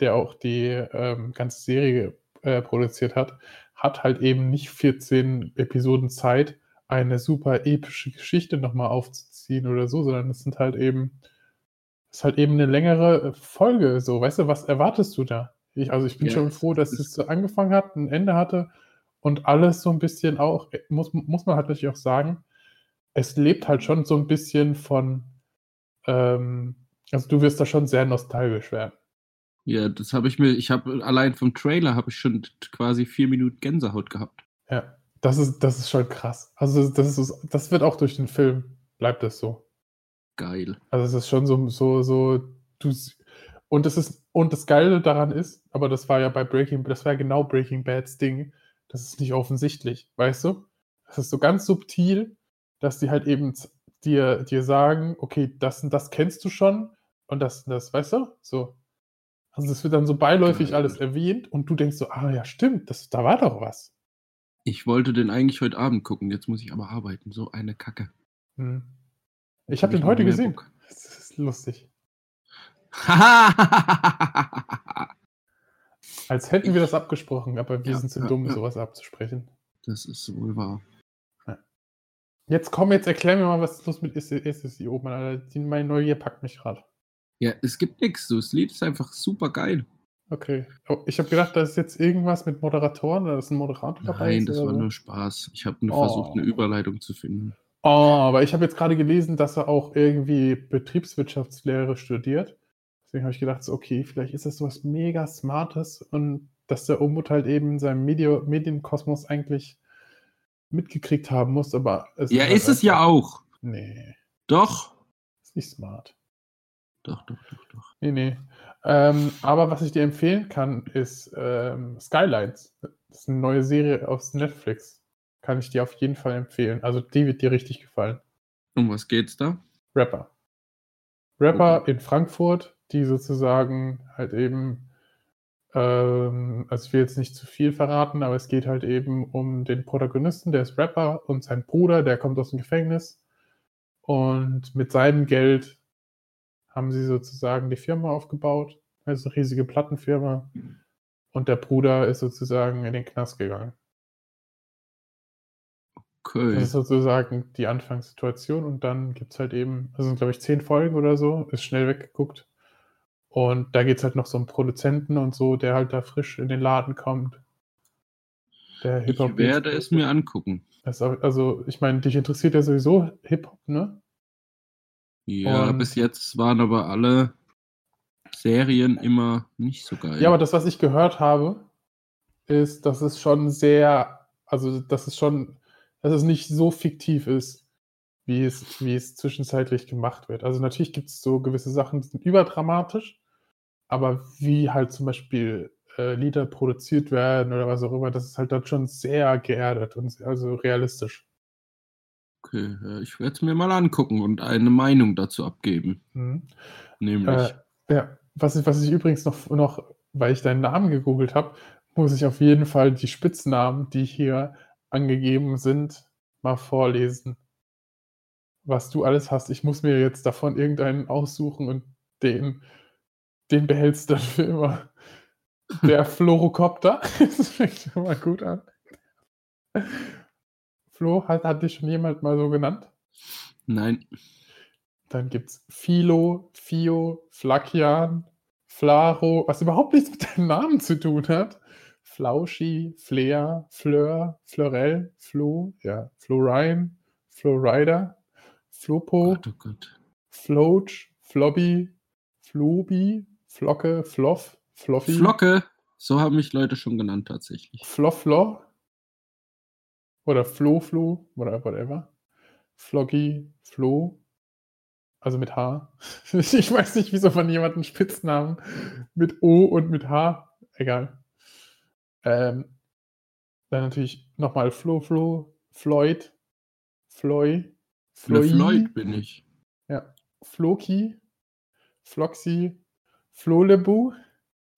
Speaker 1: der auch die ähm, ganze Serie äh, produziert hat, hat halt eben nicht 14 Episoden Zeit, eine super epische Geschichte nochmal aufzuziehen oder so, sondern es sind halt eben, es ist halt eben eine längere Folge, so, weißt du, was erwartest du da? Ich, also ich bin
Speaker 2: Ja,
Speaker 1: schon froh, dass
Speaker 2: das-
Speaker 1: es so angefangen hat, ein Ende hatte und alles so ein bisschen auch, äh, muss, muss man halt natürlich auch sagen, es lebt halt schon so ein bisschen von, ähm, also du wirst da schon sehr nostalgisch werden.
Speaker 2: ja, das habe ich mir, ich habe allein vom Trailer habe ich schon t- quasi vier Minuten Gänsehaut gehabt.
Speaker 1: Ja, das ist, das ist schon krass. Also das, ist, das wird auch durch den Film, bleibt es so.
Speaker 2: geil.
Speaker 1: Also es ist schon so, so, so, du, s- und es ist, und das Geile daran ist, aber das war ja bei Breaking, das war ja genau Breaking Bads Ding, das ist nicht offensichtlich, weißt du? Das ist so ganz subtil, dass die halt eben z- dir, dir sagen, okay, das und das kennst du schon und das und das, weißt du? So. Also das wird dann so beiläufig
Speaker 2: Geil.
Speaker 1: alles erwähnt und du denkst so, ah ja, stimmt, das, da war doch was.
Speaker 2: Ich wollte den eigentlich heute Abend gucken, jetzt muss ich aber arbeiten. So eine Kacke.
Speaker 1: Hm. Ich
Speaker 2: Jetzt hab
Speaker 1: habe den
Speaker 2: noch
Speaker 1: heute
Speaker 2: mehr
Speaker 1: gesehen.
Speaker 2: Bock.
Speaker 1: Das ist lustig. Als hätten wir das abgesprochen, aber wir
Speaker 2: Ja,
Speaker 1: sind zu
Speaker 2: ja,
Speaker 1: dumm,
Speaker 2: ja.
Speaker 1: sowas abzusprechen.
Speaker 2: das ist wohl wahr.
Speaker 1: Jetzt komm, jetzt erklär mir mal, was los mit SSIO, Mann, Alter. Die- Meine Neugier packt mich gerade.
Speaker 2: Ja, es gibt nichts. So, das Lied ist einfach super geil.
Speaker 1: Okay. Oh, ich habe gedacht, da ist jetzt irgendwas mit Moderatoren oder ist ein Moderator dabei.
Speaker 2: Nein,
Speaker 1: ist
Speaker 2: das
Speaker 1: oder
Speaker 2: war
Speaker 1: so.
Speaker 2: nur Spaß. Ich habe nur
Speaker 1: Oh.
Speaker 2: versucht, eine Überleitung zu finden.
Speaker 1: Oh, aber ich habe jetzt gerade gelesen, dass er auch irgendwie Betriebswirtschaftslehre studiert. Deswegen habe ich gedacht, so, okay, vielleicht ist das sowas mega Smartes und dass der Umut halt eben in seinem Medio Medienkosmos eigentlich mitgekriegt haben muss, aber es
Speaker 2: Ja, ist es ja auch.
Speaker 1: Nee,
Speaker 2: Doch.
Speaker 1: ist nicht smart.
Speaker 2: Doch, doch, doch, doch.
Speaker 1: Nee, nee. Ähm, aber was ich dir empfehlen kann, ist ähm, Skylines. Das ist eine neue Serie aus Netflix. Kann ich dir auf jeden Fall empfehlen. Also die wird dir richtig gefallen.
Speaker 2: Um was geht's da?
Speaker 1: Rapper. Rapper in Frankfurt, die sozusagen halt eben, ähm, also ich will jetzt nicht zu viel verraten, aber es geht halt eben um den Protagonisten, der ist Rapper und sein Bruder, der kommt aus dem Gefängnis. Und mit seinem Geld haben sie sozusagen die Firma aufgebaut, also eine riesige Plattenfirma. Und der Bruder ist sozusagen in den Knast gegangen. Das
Speaker 2: Okay.
Speaker 1: ist sozusagen die Anfangssituation und dann gibt es halt eben, also sind glaube ich zehn Folgen oder so, ist schnell weggeguckt. Und da geht es halt noch so um Produzenten und so, der halt da frisch in den Laden kommt. Der
Speaker 2: Ich
Speaker 1: Hip-Hop.
Speaker 2: werde es mir angucken.
Speaker 1: Das ist auch- Also, ich meine, dich interessiert ja sowieso Hip-Hop, ne?
Speaker 2: Ja,
Speaker 1: Und-
Speaker 2: bis jetzt waren aber alle Serien immer nicht so geil.
Speaker 1: Ja, aber das, was ich gehört habe, ist, dass es schon sehr, also dass es schon, dass es nicht so fiktiv ist, wie es, wie es zwischenzeitlich gemacht wird. Also natürlich gibt es so gewisse Sachen, die sind überdramatisch, aber wie halt zum Beispiel äh, Lieder produziert werden oder was auch immer, das ist halt dann schon sehr geerdet und sehr, also realistisch.
Speaker 2: okay, ja, ich werde es mir mal angucken und eine Meinung dazu abgeben.
Speaker 1: Mhm.
Speaker 2: Nämlich.
Speaker 1: Äh, ja, was ich, was ich übrigens noch, noch, weil ich deinen Namen gegoogelt habe, muss ich auf jeden Fall die Spitznamen, die hier angegeben sind, mal vorlesen. Was du alles hast. Ich muss mir jetzt davon irgendeinen aussuchen und den, den behältst du dann für immer. Der Florocopter. das fängt schon mal gut an. Flo, hat, hat dich schon jemand mal so genannt?
Speaker 2: Nein,
Speaker 1: Dann gibt's Philo, Fio, Flakian, Flaro, was überhaupt nichts mit deinem Namen zu tun hat. Flauschi, Flair, Fleur, Florell, Flo, ja, Florine, Florida, Flopo,
Speaker 2: Gott, oh Gott.
Speaker 1: Floach, Flobby, Flobi, Flocke, Floff, Floffi,
Speaker 2: Flocke, so haben mich Leute schon genannt tatsächlich.
Speaker 1: Flofflo oder Floflo oder whatever. Floggy, Flo. Also mit H. Ich weiß nicht, wieso man jemanden Spitznamen mit O und mit H. Egal. Ähm, dann natürlich nochmal Flo, Flo, Floyd, Floy,
Speaker 2: Eine Floyd
Speaker 1: Floy,
Speaker 2: bin ich.
Speaker 1: Floki, Floxy, Flolebu.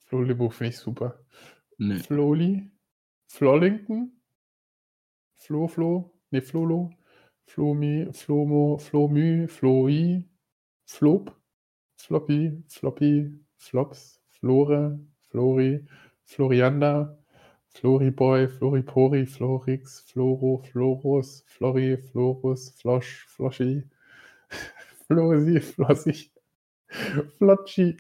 Speaker 1: Flolebu finde ich super.
Speaker 2: Nee.
Speaker 1: Floli, Florlington, Floflo, ne Flolo, Flomi, Flomo, Flomü, Floi, Flop, Floppy, Floppy, Flops, Flore, Flori, Florianda, Floriboy, Floripori, Florix, Floro, Florus, Flori, Florus, Flosch, Floschi, Flosi, Flossi, Flotschi.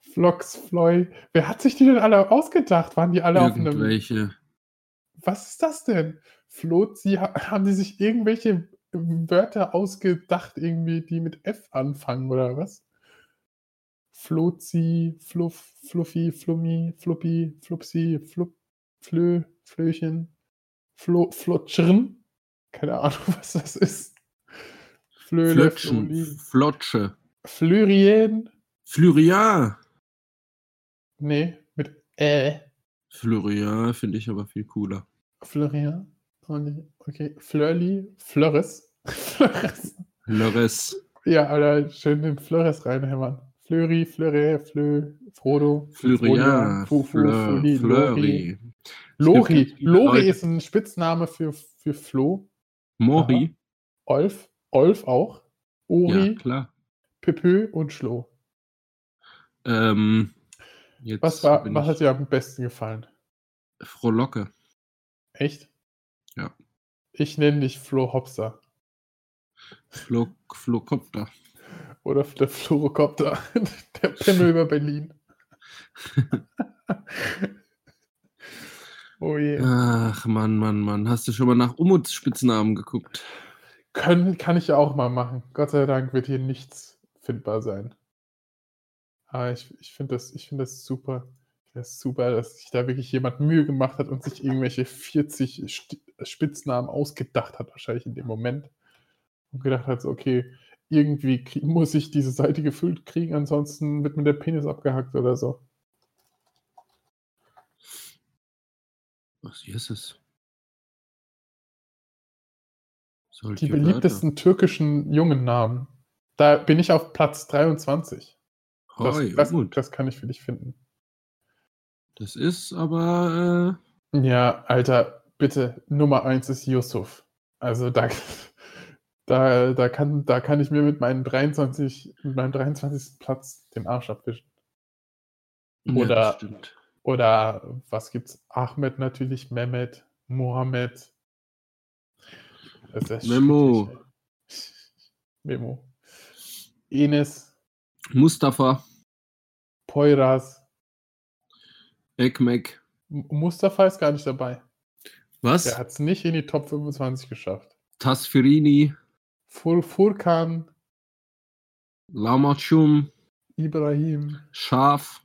Speaker 1: Flox, Floy. Wer hat sich die denn alle ausgedacht? Waren die alle auf einem
Speaker 2: Irgendwelche.
Speaker 1: was ist das denn? Flozi, ha- haben die sich irgendwelche Wörter ausgedacht, irgendwie, die mit F anfangen oder was? Flozi, Fluff, Fluffi, Flummi, Fluppi, Flupsi, Flup, Flö, Flöchen, Flo, Flotschirn. Keine Ahnung, was das ist. Flöle,
Speaker 2: Flötschen.
Speaker 1: Flöli-
Speaker 2: Flotsche.
Speaker 1: Flyrien.
Speaker 2: Flurian.
Speaker 1: Nee, mit Ä.
Speaker 2: Flurian finde ich aber viel cooler.
Speaker 1: Florian. Oh, nee. Okay, Flörli. Flores. Flores.
Speaker 2: Lores.
Speaker 1: Ja, Alter, schön den Flores reinhämmern. Flöri, Flöre, Flö, Frodo.
Speaker 2: Flurian.
Speaker 1: Frodo, Fu, Fu,
Speaker 2: Fleur,
Speaker 1: Fuli, Lori.
Speaker 2: Flurry. Es
Speaker 1: Lori.
Speaker 2: gibt viele
Speaker 1: Lori
Speaker 2: Leute.
Speaker 1: ist ein Spitzname für, für Flo.
Speaker 2: Mori.
Speaker 1: Olf. Olf auch.
Speaker 2: Ja,
Speaker 1: Ori,
Speaker 2: klar.
Speaker 1: Pepö und Schlo.
Speaker 2: Ähm, jetzt
Speaker 1: Was, war,
Speaker 2: bin
Speaker 1: was
Speaker 2: ich-
Speaker 1: hat dir am besten gefallen?
Speaker 2: Frohlocke.
Speaker 1: Echt?
Speaker 2: Ja.
Speaker 1: Ich nenne dich Flo Hopster.
Speaker 2: Flo, Flokopter.
Speaker 1: Oder der Florokopter. Der Pimmel über Berlin. oh je.
Speaker 2: Ach, Mann, Mann, Mann. Hast du schon mal nach Umuts Spitznamen geguckt?
Speaker 1: Können, kann ich ja auch mal machen. Gott sei Dank wird hier nichts findbar sein. Aber ich, ich finde das, ich find das super. Ich find Das super, dass sich da wirklich jemand Mühe gemacht hat und sich irgendwelche 40 Sti- Spitznamen ausgedacht hat, wahrscheinlich in dem Moment. Und gedacht hat, so, okay, irgendwie krie- muss ich diese Seite gefüllt kriegen, ansonsten wird mir der Penis abgehackt oder so.
Speaker 2: Was hier ist es? Solche
Speaker 1: Die beliebtesten türkischen Jungennamen. Da bin ich auf Platz 23. Das,
Speaker 2: Wörter. Hoi,
Speaker 1: das,
Speaker 2: Umut.
Speaker 1: das kann ich für dich finden.
Speaker 2: Das ist aber.
Speaker 1: Ja, Alter, bitte, Nummer eins ist Yusuf. Also da, da, da, kann, da kann ich mir mit meinem 23, mit meinem 23. Platz den Arsch abwischen.
Speaker 2: Äh,
Speaker 1: Oder-
Speaker 2: das stimmt.
Speaker 1: Oder was gibt's? Ahmed natürlich, Mehmet, Mohammed. Das ist
Speaker 2: Memo.
Speaker 1: schrecklich, ey. Memo. Enes,
Speaker 2: Mustafa,
Speaker 1: Poyraz.
Speaker 2: Ekmek.
Speaker 1: M- Mustafa ist gar nicht dabei.
Speaker 2: Was?
Speaker 1: Der hat's nicht in die Top 25 geschafft.
Speaker 2: Tasfirini,
Speaker 1: Fur Furkan,
Speaker 2: Lamachum,
Speaker 1: Ibrahim.
Speaker 2: Schaf,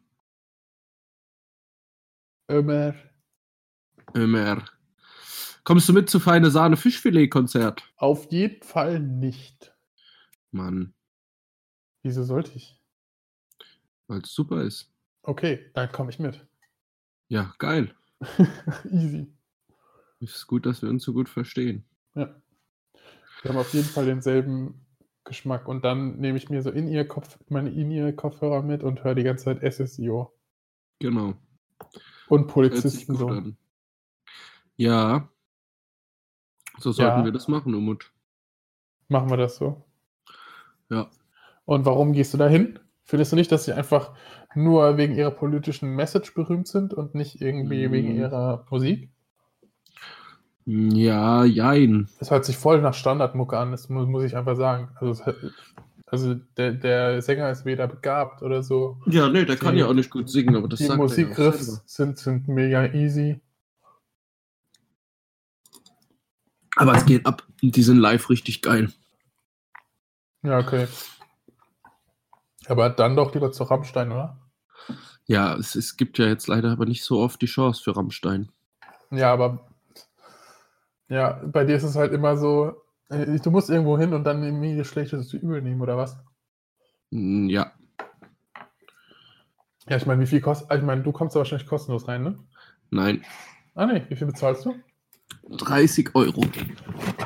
Speaker 1: Ömer.
Speaker 2: Ömer. Kommst du mit zu Feine Sahne Fischfilet-Konzert?
Speaker 1: Auf jeden Fall nicht.
Speaker 2: Mann,
Speaker 1: Wieso sollte ich?
Speaker 2: weil es super ist.
Speaker 1: Okay, dann komme ich mit.
Speaker 2: Ja, geil.
Speaker 1: Easy.
Speaker 2: Ist gut, dass wir uns so gut verstehen.
Speaker 1: Ja. Wir haben auf jeden Fall denselben Geschmack. Und dann nehme ich mir so in ihr Kopf, meine in ihr Kopfhörer mit und höre die ganze Zeit SSIO.
Speaker 2: Genau.
Speaker 1: Und
Speaker 2: Hört sich
Speaker 1: Polizisten
Speaker 2: gut
Speaker 1: so.
Speaker 2: an. Ja. So sollten
Speaker 1: Ja.
Speaker 2: wir das machen, Umut.
Speaker 1: Machen wir das so.
Speaker 2: Ja.
Speaker 1: Und warum gehst du da hin? Findest du nicht, dass sie einfach nur wegen ihrer politischen Message berühmt sind und nicht irgendwie
Speaker 2: Mm.
Speaker 1: wegen ihrer Musik?
Speaker 2: Hm, Ja, jein.
Speaker 1: Es hört sich voll nach Standardmucke an, das mu muss ich einfach sagen. Also, es, hört- also der, der Sänger ist weder begabt oder so.
Speaker 2: Ja, nee, der kann
Speaker 1: Die-
Speaker 2: ja auch nicht gut singen, aber das
Speaker 1: Die
Speaker 2: sagt er ja auch
Speaker 1: Musikgriffs
Speaker 2: selber.
Speaker 1: sind, sind mega easy.
Speaker 2: Aber es geht ab. Die sind live richtig geil.
Speaker 1: Ja, okay. Aber dann doch lieber zu Rammstein, oder?
Speaker 2: Ja, es, es gibt ja jetzt leider aber nicht so oft die Chance für Rammstein.
Speaker 1: Ja, aber ja, bei dir ist es halt immer so, äh, du musst irgendwo hin und dann irgendwie das Schlechteste übel nehmen, oder was?
Speaker 2: Mm, Ja,
Speaker 1: Ja, ich meine, wie viel kostet, ich meine, du kommst da wahrscheinlich kostenlos rein, ne?
Speaker 2: nein.
Speaker 1: Ah, nee, wie viel bezahlst du?
Speaker 2: 30 Euro.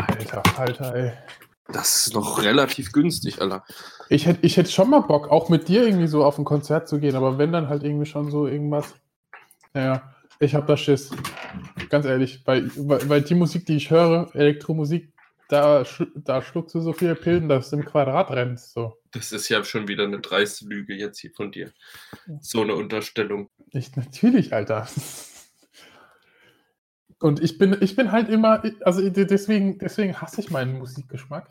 Speaker 1: Alter, Alter, ey.
Speaker 2: Das ist noch relativ günstig, Alter.
Speaker 1: Ich hätte ich hätt schon mal Bock, auch mit dir irgendwie so auf ein Konzert zu gehen, aber wenn dann halt irgendwie schon so irgendwas. Naja, ich hab da Schiss. Ganz ehrlich, weil, weil weil die Musik, die ich höre, Elektromusik, da, schl da schluckst du so viele Pillen, dass du im Quadrat rennst. So.
Speaker 2: Das ist ja schon wieder eine dreiste Lüge jetzt hier von dir. So eine Unterstellung.
Speaker 1: Ich, natürlich, Alter. Und ich bin, ich bin halt immer, also deswegen, deswegen hasse ich meinen Musikgeschmack.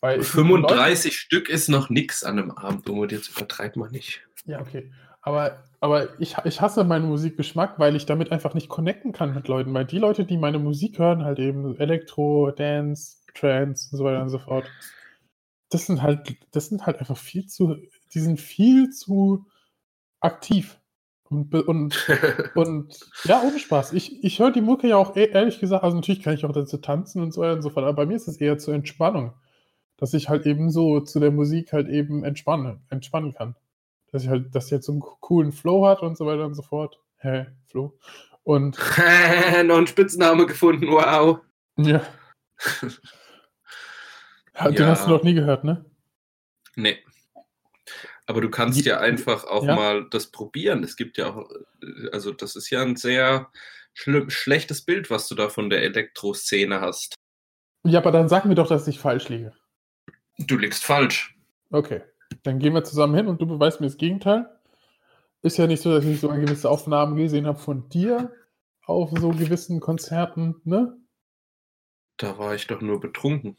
Speaker 1: Weil ich mit Leuten-
Speaker 2: Stück ist noch nix an einem Abend, Umut. Jetzt übertreibt man nicht.
Speaker 1: Ja, okay. Aber, aber ich, ich hasse meinen Musikgeschmack, weil ich damit einfach nicht connecten kann mit Leuten. Weil die Leute, die meine Musik hören, halt eben Elektro, Dance, Trance und so weiter und so fort, das sind halt, das sind halt einfach viel zu, die sind viel zu aktiv. Und, be- und, und ja, ohne Spaß. Ich, ich höre die e, Mucke ja auch eh- ehrlich gesagt, also natürlich kann ich auch dazu tanzen und so weiter und so fort, aber bei mir ist es eher zur Entspannung. dass ich halt eben so zu der Musik halt eben entspanne, entspannen kann. Dass ich halt, dass sie jetzt so einen coolen Flow hat und so weiter und so fort. Hä, hey, Flow. Und.
Speaker 2: Noch einen Spitzname gefunden, wow.
Speaker 1: Ja. Den
Speaker 2: Ja.
Speaker 1: hast du noch nie gehört, ne?
Speaker 2: Nee. Aber du kannst
Speaker 1: Die-
Speaker 2: ja einfach auch
Speaker 1: ja.
Speaker 2: mal das probieren. Es gibt ja auch, äh, also das ist ja ein sehr schlimm, schlechtes Bild, was du da von der Elektroszene hast.
Speaker 1: Ja, aber dann sag mir doch, dass ich falsch liege.
Speaker 2: Du liegst falsch.
Speaker 1: Okay. Dann gehen wir zusammen hin und du beweist mir das Gegenteil. Ist ja nicht so, dass ich so gewisse Aufnahmen gesehen habe von dir auf so gewissen Konzerten, ne?
Speaker 2: Da war ich doch nur betrunken.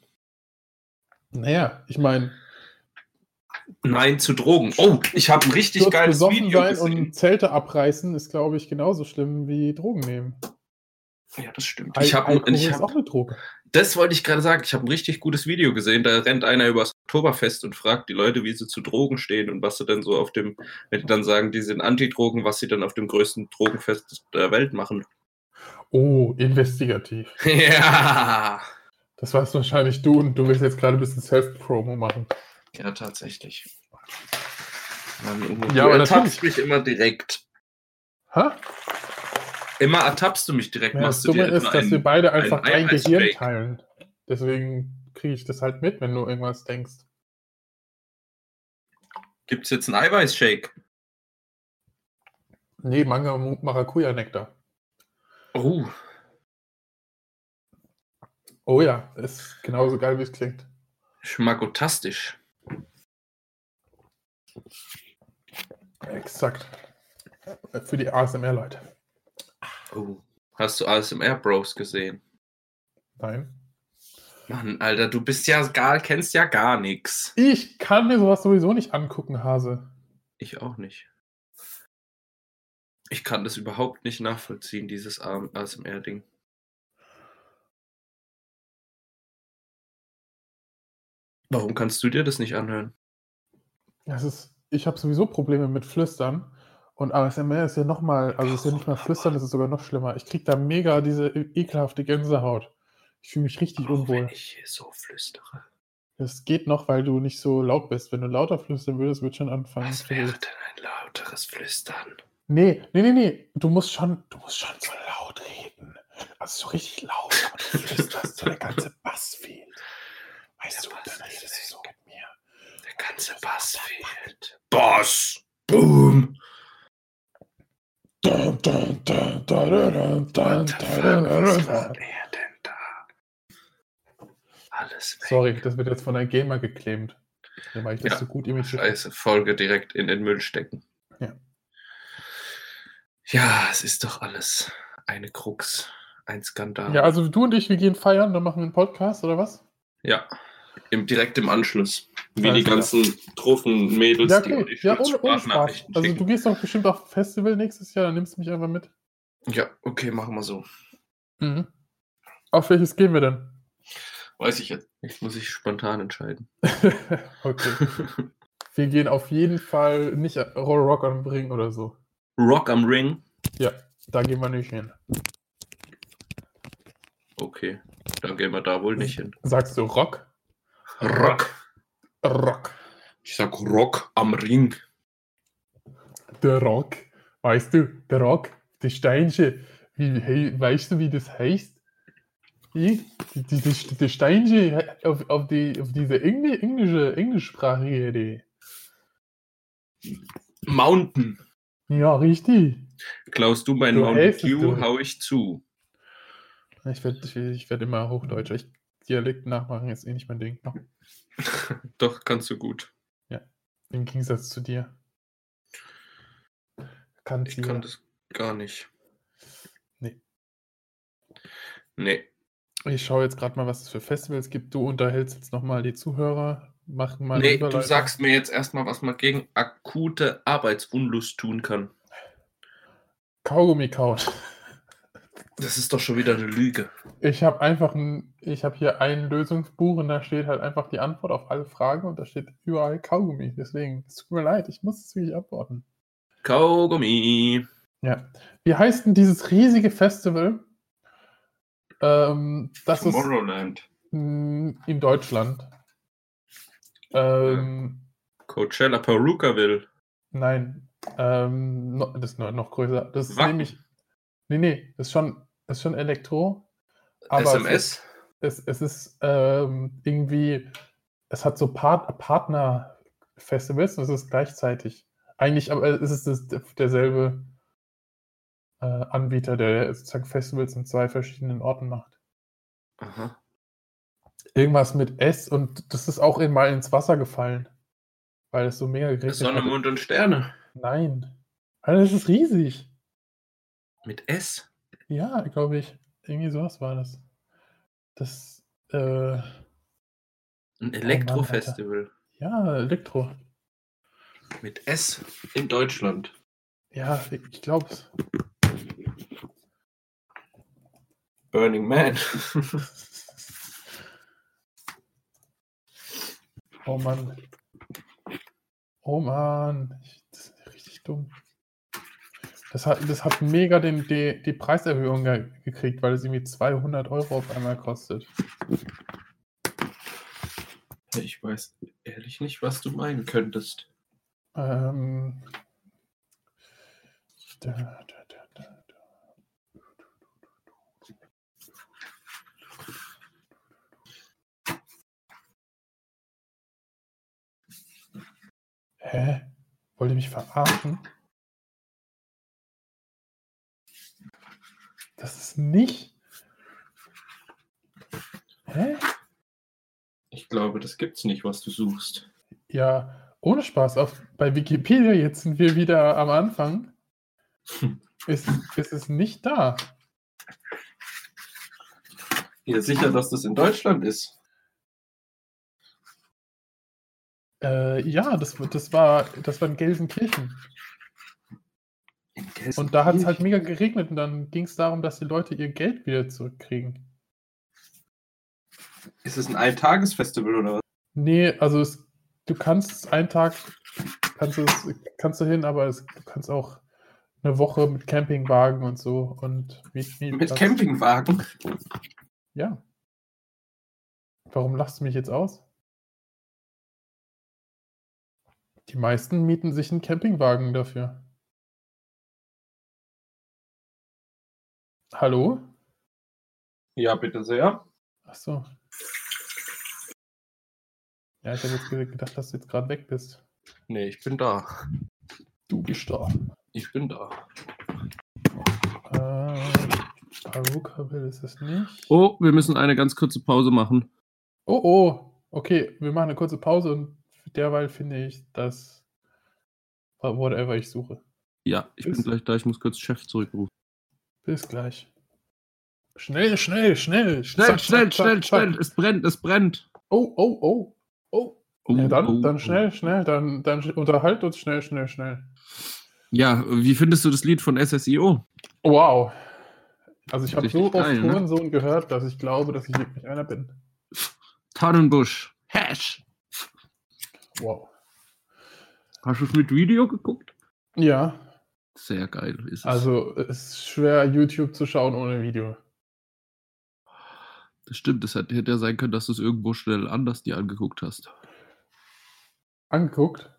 Speaker 1: Naja, ich meine,
Speaker 2: Nein zu Drogen. Oh, ich habe ein richtig
Speaker 1: kurz
Speaker 2: geiles
Speaker 1: besoffen
Speaker 2: Video
Speaker 1: sein
Speaker 2: gesehen.
Speaker 1: und Zelte abreißen ist, glaube ich, genauso schlimm wie Drogen nehmen.
Speaker 2: Ja, das stimmt.
Speaker 1: Al-
Speaker 2: Ich hab,
Speaker 1: Alkohol
Speaker 2: ich
Speaker 1: ist auch
Speaker 2: hab,
Speaker 1: eine Droge.
Speaker 2: das wollte ich gerade sagen. Ich habe ein richtig gutes Video gesehen. Da rennt einer übers Oktoberfest und fragt die Leute, wie sie zu Drogen stehen und was sie denn so auf dem, wenn die dann sagen, die sind Antidrogen, was sie dann auf dem größten Drogenfest der Welt machen.
Speaker 1: Oh, investigativ.
Speaker 2: Ja.
Speaker 1: Das weißt wahrscheinlich du und du willst jetzt gerade ein bisschen Self-Promo machen.
Speaker 2: Ja, tatsächlich. Mann, Uwe,
Speaker 1: Ja,
Speaker 2: Ähm, du
Speaker 1: aber
Speaker 2: ertappst mich immer direkt.
Speaker 1: Ha?
Speaker 2: Immer ertappst du mich direkt.
Speaker 1: Ja, das
Speaker 2: machst du
Speaker 1: Dumme
Speaker 2: dir
Speaker 1: ist,
Speaker 2: etwa
Speaker 1: dass
Speaker 2: einen-
Speaker 1: wir beide einfach
Speaker 2: ein
Speaker 1: ein Gehirn
Speaker 2: Eiweißshake.
Speaker 1: teilen. Deswegen kriege ich das halt mit, wenn du irgendwas denkst.
Speaker 2: Gibt's jetzt einen Eiweißshake?
Speaker 1: Nee, Manga Mu- Maracuja-Nektar.
Speaker 2: Oh,
Speaker 1: Oh ja, ist genauso geil, wie es klingt.
Speaker 2: schmackotastisch.
Speaker 1: Exakt. Für die ASMR-Leute.
Speaker 2: Oh. Hast du ASMR Bros gesehen?
Speaker 1: Nein.
Speaker 2: Mann, Alter, du bist ja gar, kennst ja gar nichts.
Speaker 1: Ich kann mir sowas sowieso nicht angucken, Hase.
Speaker 2: Ich auch nicht. Ich kann das überhaupt nicht nachvollziehen, dieses ASMR-Ding. Warum kannst du dir das nicht anhören?
Speaker 1: Das ist, ich habe sowieso Probleme mit Flüstern. Und ASMR ist ja nochmal, also ist ja nicht mal Flüstern, das ist sogar noch schlimmer. Ich krieg da mega diese e- ekelhafte Gänsehaut. Ich fühle mich richtig
Speaker 2: Auch wenn
Speaker 1: unwohl.
Speaker 2: ich hier so flüstere.
Speaker 1: Das geht noch, weil du nicht so laut bist. Wenn du lauter flüstern würdest, würde schon anfangen.
Speaker 2: Was
Speaker 1: zu-
Speaker 2: wäre denn ein lauteres Flüstern?
Speaker 1: Nee, nee, nee, nee. Du musst schon, du musst schon so laut reden. Also so richtig laut, aber du flüsterst, so der ganze Bass fehlt. Weißt
Speaker 2: Der
Speaker 1: du,
Speaker 2: Bass
Speaker 1: dann redest du so mit mir.
Speaker 2: Der ganze Bass fehlt. Bass! Boom!
Speaker 1: Dun, dun, dun, dun, dun, dun, dun,
Speaker 2: What the fuck, Was
Speaker 1: dun,
Speaker 2: war
Speaker 1: dun.
Speaker 2: er denn da? Alles weg.
Speaker 1: Sorry, das wird jetzt von der Gamer geklemmt. Ja, Weil ich das
Speaker 2: Ja,
Speaker 1: so gut imitiere.
Speaker 2: Scheiße, Folge direkt in den Müll stecken.
Speaker 1: Ja.
Speaker 2: Ja, es ist doch alles eine Krux, ein Skandal.
Speaker 1: Ja, also du und ich, wir gehen feiern, dann machen wir einen Podcast oder was?
Speaker 2: Ja, Im, direkt im Anschluss. Wie
Speaker 1: Alles
Speaker 2: die
Speaker 1: klar.
Speaker 2: ganzen Trophäen-Mädels,
Speaker 1: Ja,
Speaker 2: die
Speaker 1: okay.
Speaker 2: euch
Speaker 1: Ja,
Speaker 2: schon
Speaker 1: ohne, ohne Spaß.
Speaker 2: Sprachnachrichten
Speaker 1: Also du
Speaker 2: schicken.
Speaker 1: gehst doch bestimmt auf Festival nächstes Jahr, dann nimmst Also du mich einfach mit.
Speaker 2: Ja, okay, machen wir so.
Speaker 1: Mhm. Auf welches gehen wir denn?
Speaker 2: Weiß ich jetzt. Ich muss ich spontan entscheiden.
Speaker 1: okay. Wir gehen auf jeden Fall nicht Roll Rock am Ring oder so.
Speaker 2: Rock am Ring.
Speaker 1: Da gehen wir nicht hin.
Speaker 2: Okay, dann gehen wir da wohl nicht hin.
Speaker 1: Sagst du Rock?
Speaker 2: Rock.
Speaker 1: Rock.
Speaker 2: Ich sag Rock am Ring.
Speaker 1: Der Rock. Weißt du, der Rock, die Steinsche. Wie, he, weißt du, wie das heißt? Die, die, die, die, die Steinsche auf, auf, die, auf diese Engl englische, englischsprachige Idee.
Speaker 2: Mountain.
Speaker 1: Ja, richtig.
Speaker 2: Klaus, du mein
Speaker 1: Du
Speaker 2: Mountain
Speaker 1: helfst
Speaker 2: Dew
Speaker 1: du.
Speaker 2: hau ich zu.
Speaker 1: Ich werde ich, werd- ich werd immer Hochdeutscher. Ich, Dialekt nachmachen ist eh nicht mein Ding.
Speaker 2: Doch, kannst du gut.
Speaker 1: Im Gegensatz zu dir. Kannst
Speaker 2: Ich
Speaker 1: du
Speaker 2: kann
Speaker 1: ja.
Speaker 2: das gar nicht.
Speaker 1: Nee.
Speaker 2: Nee.
Speaker 1: Ich schaue jetzt gerade mal, was es für Festivals gibt. Du unterhältst jetzt nochmal die Zuhörer. Mach mal. eine
Speaker 2: Nee, du
Speaker 1: Überleitung.
Speaker 2: sagst mir jetzt erstmal, was man gegen akute Arbeitsunlust tun kann.
Speaker 1: Kaugummi kauen.
Speaker 2: Das ist doch schon wieder eine Lüge.
Speaker 1: Ich habe einfach ein, ich habe hier ein Lösungsbuch und da steht halt einfach die Antwort auf alle Fragen und da steht überall Kaugummi. Deswegen, es tut mir leid, ich muss es wirklich antworten.
Speaker 2: Kaugummi.
Speaker 1: Ja. Wie heißt denn dieses riesige Festival? Ähm, das ist
Speaker 2: Tomorrowland.
Speaker 1: mh, in Deutschland. Ähm,
Speaker 3: Coachella Peruka will.
Speaker 1: Nein, ähm, no, das ist noch, noch größer. Das ist
Speaker 3: Wacken.
Speaker 1: nämlich. Nee, nee, das ist schon, das ist schon Elektro. Aber Es ist,
Speaker 3: SMS?
Speaker 1: es, es ist ähm, irgendwie. Es hat so Part, Partner-Festivals und es ist gleichzeitig. Eigentlich, aber es ist das, derselbe äh, Anbieter, der sozusagen Festivals in zwei verschiedenen Orten macht.
Speaker 3: Aha.
Speaker 1: Irgendwas mit S und das ist auch in, mal ins Wasser gefallen. Weil es so mega geregnet
Speaker 3: Sonne,
Speaker 1: hat.
Speaker 3: Mond und Sterne.
Speaker 1: Nein. Alter, das ist riesig.
Speaker 3: Mit S?
Speaker 1: Ja, glaube ich. Irgendwie sowas war das. Das, äh,
Speaker 3: Ein Elektrofestival.
Speaker 1: ja, Elektro.
Speaker 3: Mit S in Deutschland.
Speaker 1: Ja, ich, ich glaub's.
Speaker 3: Burning Man.
Speaker 1: Oh Mann. Oh Mann. Ich, das ist richtig dumm. Das hat, das hat mega den, die, die Preiserhöhung ge gekriegt, weil es irgendwie 200 Euro auf einmal kostet.
Speaker 3: ich weiß ehrlich nicht, was du meinen könntest.
Speaker 1: Ähm. Da, da, da, da, da. Hä? Wollt ihr mich verarschen? Das ist nicht. Hä?
Speaker 3: Ich glaube, das gibt's nicht, was du suchst.
Speaker 1: Ja, ohne Spaß. Auf, bei Wikipedia, jetzt sind wir wieder am Anfang.
Speaker 3: Hm.
Speaker 1: Ist, ist es nicht da?
Speaker 3: Ja, sicher, dass das in Deutschland ist.
Speaker 1: Äh, ja, das, w- das, war, das war in Gelsenkirchen.
Speaker 3: In
Speaker 1: Und da hat es halt mega geregnet und dann ging es darum, dass die Leute ihr Geld wieder zurückkriegen.
Speaker 3: Ist es ein Eintagesfestival oder was?
Speaker 1: Nee, also es, du kannst einen Tag kannst, du es, kannst du hin, aber es, du kannst auch eine Woche mit Campingwagen und so und Miet-
Speaker 3: Mit
Speaker 1: Mietplatz.
Speaker 3: Campingwagen?
Speaker 1: Ja. Warum lachst du mich jetzt aus? Die meisten mieten sich einen Campingwagen dafür. Hallo?
Speaker 3: Ja, bitte sehr.
Speaker 1: Ach so. Ja, ich habe jetzt ge- gedacht, dass du jetzt gerade weg bist.
Speaker 3: Nee, ich bin da.
Speaker 1: Du bist da.
Speaker 3: Ich bin da.
Speaker 1: Äh, Aruka will es es nicht.
Speaker 2: Oh, wir müssen eine ganz kurze Pause machen.
Speaker 1: Oh, oh. Okay, wir machen eine kurze Pause und derweil finde ich das, whatever ich suche.
Speaker 2: Ja, ich bin
Speaker 1: Ist-
Speaker 2: gleich da. Ich muss kurz Chef zurückrufen.
Speaker 1: Bis gleich. Schnell, schnell, schnell.
Speaker 2: Schnell,
Speaker 1: Zack,
Speaker 2: schnell,
Speaker 1: zack, zack,
Speaker 2: schnell,
Speaker 1: zack.
Speaker 2: schnell. Es brennt, es brennt.
Speaker 1: Oh, oh, oh. Oh.
Speaker 2: Oh,
Speaker 1: ja, dann,
Speaker 2: oh,
Speaker 1: dann
Speaker 2: oh.
Speaker 1: schnell, schnell. Dann, dann sch- unterhalt uns schnell, schnell, schnell.
Speaker 2: Ja, wie findest du das Lied von SSIO?
Speaker 1: Wow. Also ich habe so
Speaker 2: Richtig
Speaker 1: oft
Speaker 2: geil, ne?
Speaker 1: Hurensohn gehört, dass ich glaube, dass ich wirklich einer bin.
Speaker 2: Tannenbusch. Hash.
Speaker 1: Wow.
Speaker 2: Hast du es mit Video geguckt?
Speaker 1: Ja,
Speaker 2: Sehr geil ist es.
Speaker 1: also es ist schwer, YouTube zu schauen ohne Video.
Speaker 2: das stimmt, es hätte hätte ja sein können, dass du es irgendwo schnell anders dir angeguckt hast.
Speaker 1: Angeguckt?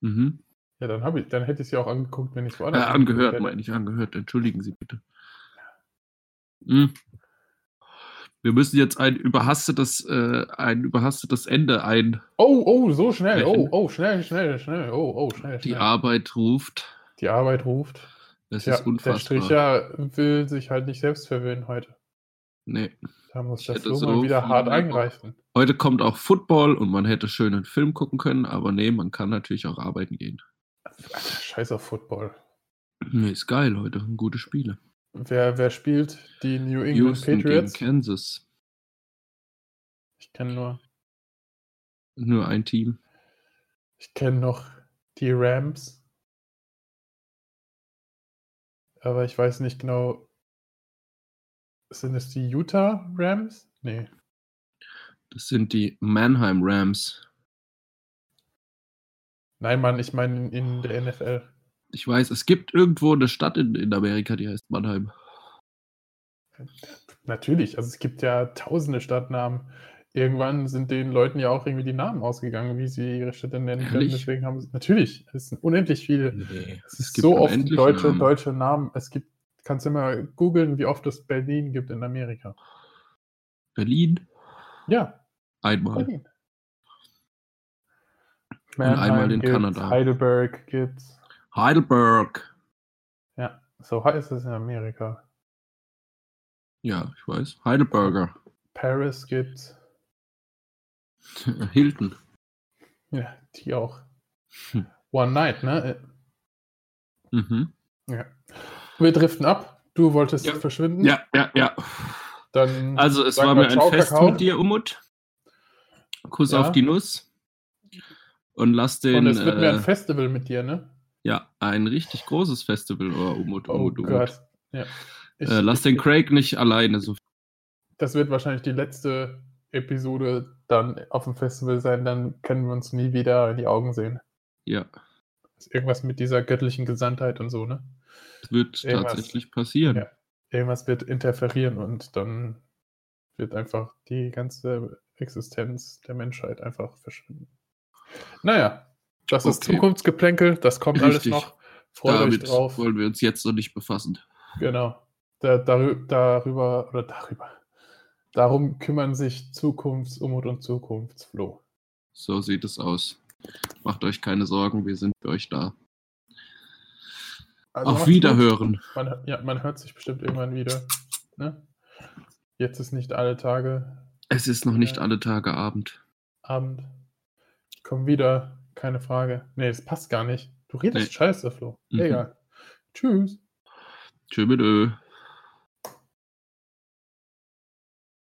Speaker 2: Mhm.
Speaker 1: Ja, dann, hab ich, dann hätte ich es ja auch angeguckt, wenn ich es
Speaker 2: Äh,
Speaker 1: woanders angeguckt
Speaker 2: angehört,
Speaker 1: hätte.
Speaker 2: meine ich, angehört. Entschuldigen Sie bitte. Hm. Wir müssen jetzt ein überhastetes, äh, ein überhastetes Ende ein.
Speaker 1: Oh, oh, so schnell. Oh,
Speaker 2: Sprechen.
Speaker 1: oh, schnell, schnell, schnell. Oh, oh, schnell,
Speaker 2: Die
Speaker 1: schnell.
Speaker 2: Arbeit ruft.
Speaker 1: Die Arbeit ruft.
Speaker 2: Das
Speaker 1: Tja,
Speaker 2: ist unfassbar.
Speaker 1: Der Stricher will sich halt nicht selbst verwöhnen heute.
Speaker 2: Nee.
Speaker 1: Da muss
Speaker 2: Ich
Speaker 1: der
Speaker 2: hätte
Speaker 1: Flo
Speaker 2: so
Speaker 1: mal wieder
Speaker 2: viel
Speaker 1: hart
Speaker 2: mehr
Speaker 1: eingreifen.
Speaker 2: Heute kommt auch Football und man hätte schön einen Film gucken können, aber nee, man kann natürlich auch arbeiten gehen.
Speaker 1: Alter, Scheiß auf Football.
Speaker 2: Nee, ist geil heute. Gute Spiele.
Speaker 1: Wer, wer spielt die New England
Speaker 2: Houston gegen
Speaker 1: Patriots?
Speaker 2: Kansas.
Speaker 1: Ich kenne nur,
Speaker 2: Nur ein Team.
Speaker 1: ich kenne noch die Rams. Aber ich weiß nicht genau. Sind es die Utah Rams? Nee.
Speaker 2: Das sind die Mannheim Rams.
Speaker 1: Nein, Mann, ich meine in, in der NFL.
Speaker 2: Ich weiß, es gibt irgendwo eine Stadt in, in Amerika, die heißt Mannheim.
Speaker 1: Natürlich, also es gibt ja tausende Stadtnamen. irgendwann sind den Leuten ja auch irgendwie die Namen ausgegangen, wie sie ihre Städte nennen können.
Speaker 2: Ehrlich?
Speaker 1: Deswegen haben sie, natürlich, es sind unendlich viele.
Speaker 2: Nee.
Speaker 1: Es ist so oft
Speaker 2: unendlich
Speaker 1: deutsche,
Speaker 2: Namen.
Speaker 1: deutsche Namen. Es gibt, kannst du immer googeln, wie oft es Berlin gibt in Amerika.
Speaker 2: Berlin
Speaker 1: Ja,
Speaker 2: einmal.
Speaker 1: Berlin.
Speaker 2: einmal in
Speaker 1: gibt's,
Speaker 2: Kanada.
Speaker 1: Heidelberg gibt's.
Speaker 2: Heidelberg.
Speaker 1: Ja, so heißt es in Amerika.
Speaker 2: Ja, ich weiß. Heidelberger.
Speaker 1: Paris gibt's.
Speaker 2: Hilton.
Speaker 1: Ja, die auch.
Speaker 2: Hm.
Speaker 1: One Night, ne?
Speaker 2: Mhm.
Speaker 1: Wir driften ab. Du wolltest
Speaker 2: Ja.
Speaker 1: verschwinden.
Speaker 2: Ja, ja, ja.
Speaker 1: Dann
Speaker 2: Also es
Speaker 1: Sag
Speaker 2: war
Speaker 1: mal
Speaker 2: mir ein
Speaker 1: Ciao,
Speaker 2: Fest
Speaker 1: Kakao.
Speaker 2: mit dir, Umut. Kuss
Speaker 1: Ja.
Speaker 2: auf die Nuss. Und lass
Speaker 1: und
Speaker 2: den.
Speaker 1: es wird mir
Speaker 2: äh,
Speaker 1: ein Festival mit dir, ne?
Speaker 2: Ja, ein richtig großes Festival, oh, Umut,
Speaker 1: Oh
Speaker 2: Umut, Umut.
Speaker 1: Gott. Ja. Ich,
Speaker 2: Äh, lass den
Speaker 1: ich,
Speaker 2: Craig nicht alleine. So.
Speaker 1: das wird wahrscheinlich die letzte Episode dann auf dem Festival sein. Dann können wir uns nie wieder in die Augen sehen.
Speaker 2: Ja,
Speaker 1: Ist irgendwas mit dieser göttlichen Gesandtheit und so, ne?
Speaker 2: es wird
Speaker 1: Irgendwas.
Speaker 2: tatsächlich passieren.
Speaker 1: Ja. Irgendwas wird interferieren und dann wird einfach die ganze Existenz der Menschheit einfach verschwinden. Naja, das ist
Speaker 2: Okay.
Speaker 1: Zukunftsgeplänkel. Das kommt
Speaker 2: Richtig.
Speaker 1: alles noch. Freut euch
Speaker 2: Damit
Speaker 1: drauf.
Speaker 2: wollen wir uns jetzt noch nicht befassen.
Speaker 1: Genau. Da, darü- darüber oder darüber. Darum kümmern sich Zukunftsumut und Zukunftsflo.
Speaker 2: So sieht es aus. Macht euch keine Sorgen, wir sind für euch da.
Speaker 1: Also macht's
Speaker 2: auf
Speaker 1: gut.
Speaker 2: Wiederhören.
Speaker 1: Man, ja, man hört sich bestimmt irgendwann wieder. Ne? Jetzt ist nicht alle Tage
Speaker 2: Es ist noch nicht
Speaker 1: Ja.
Speaker 2: alle Tage Abend.
Speaker 1: Abend. Komm wieder, keine Frage. Nee, das passt gar nicht. Du redest
Speaker 2: Nee.
Speaker 1: scheiße, Flo.
Speaker 2: Mhm.
Speaker 1: Egal. Tschüss.
Speaker 2: Tschö mit Ö.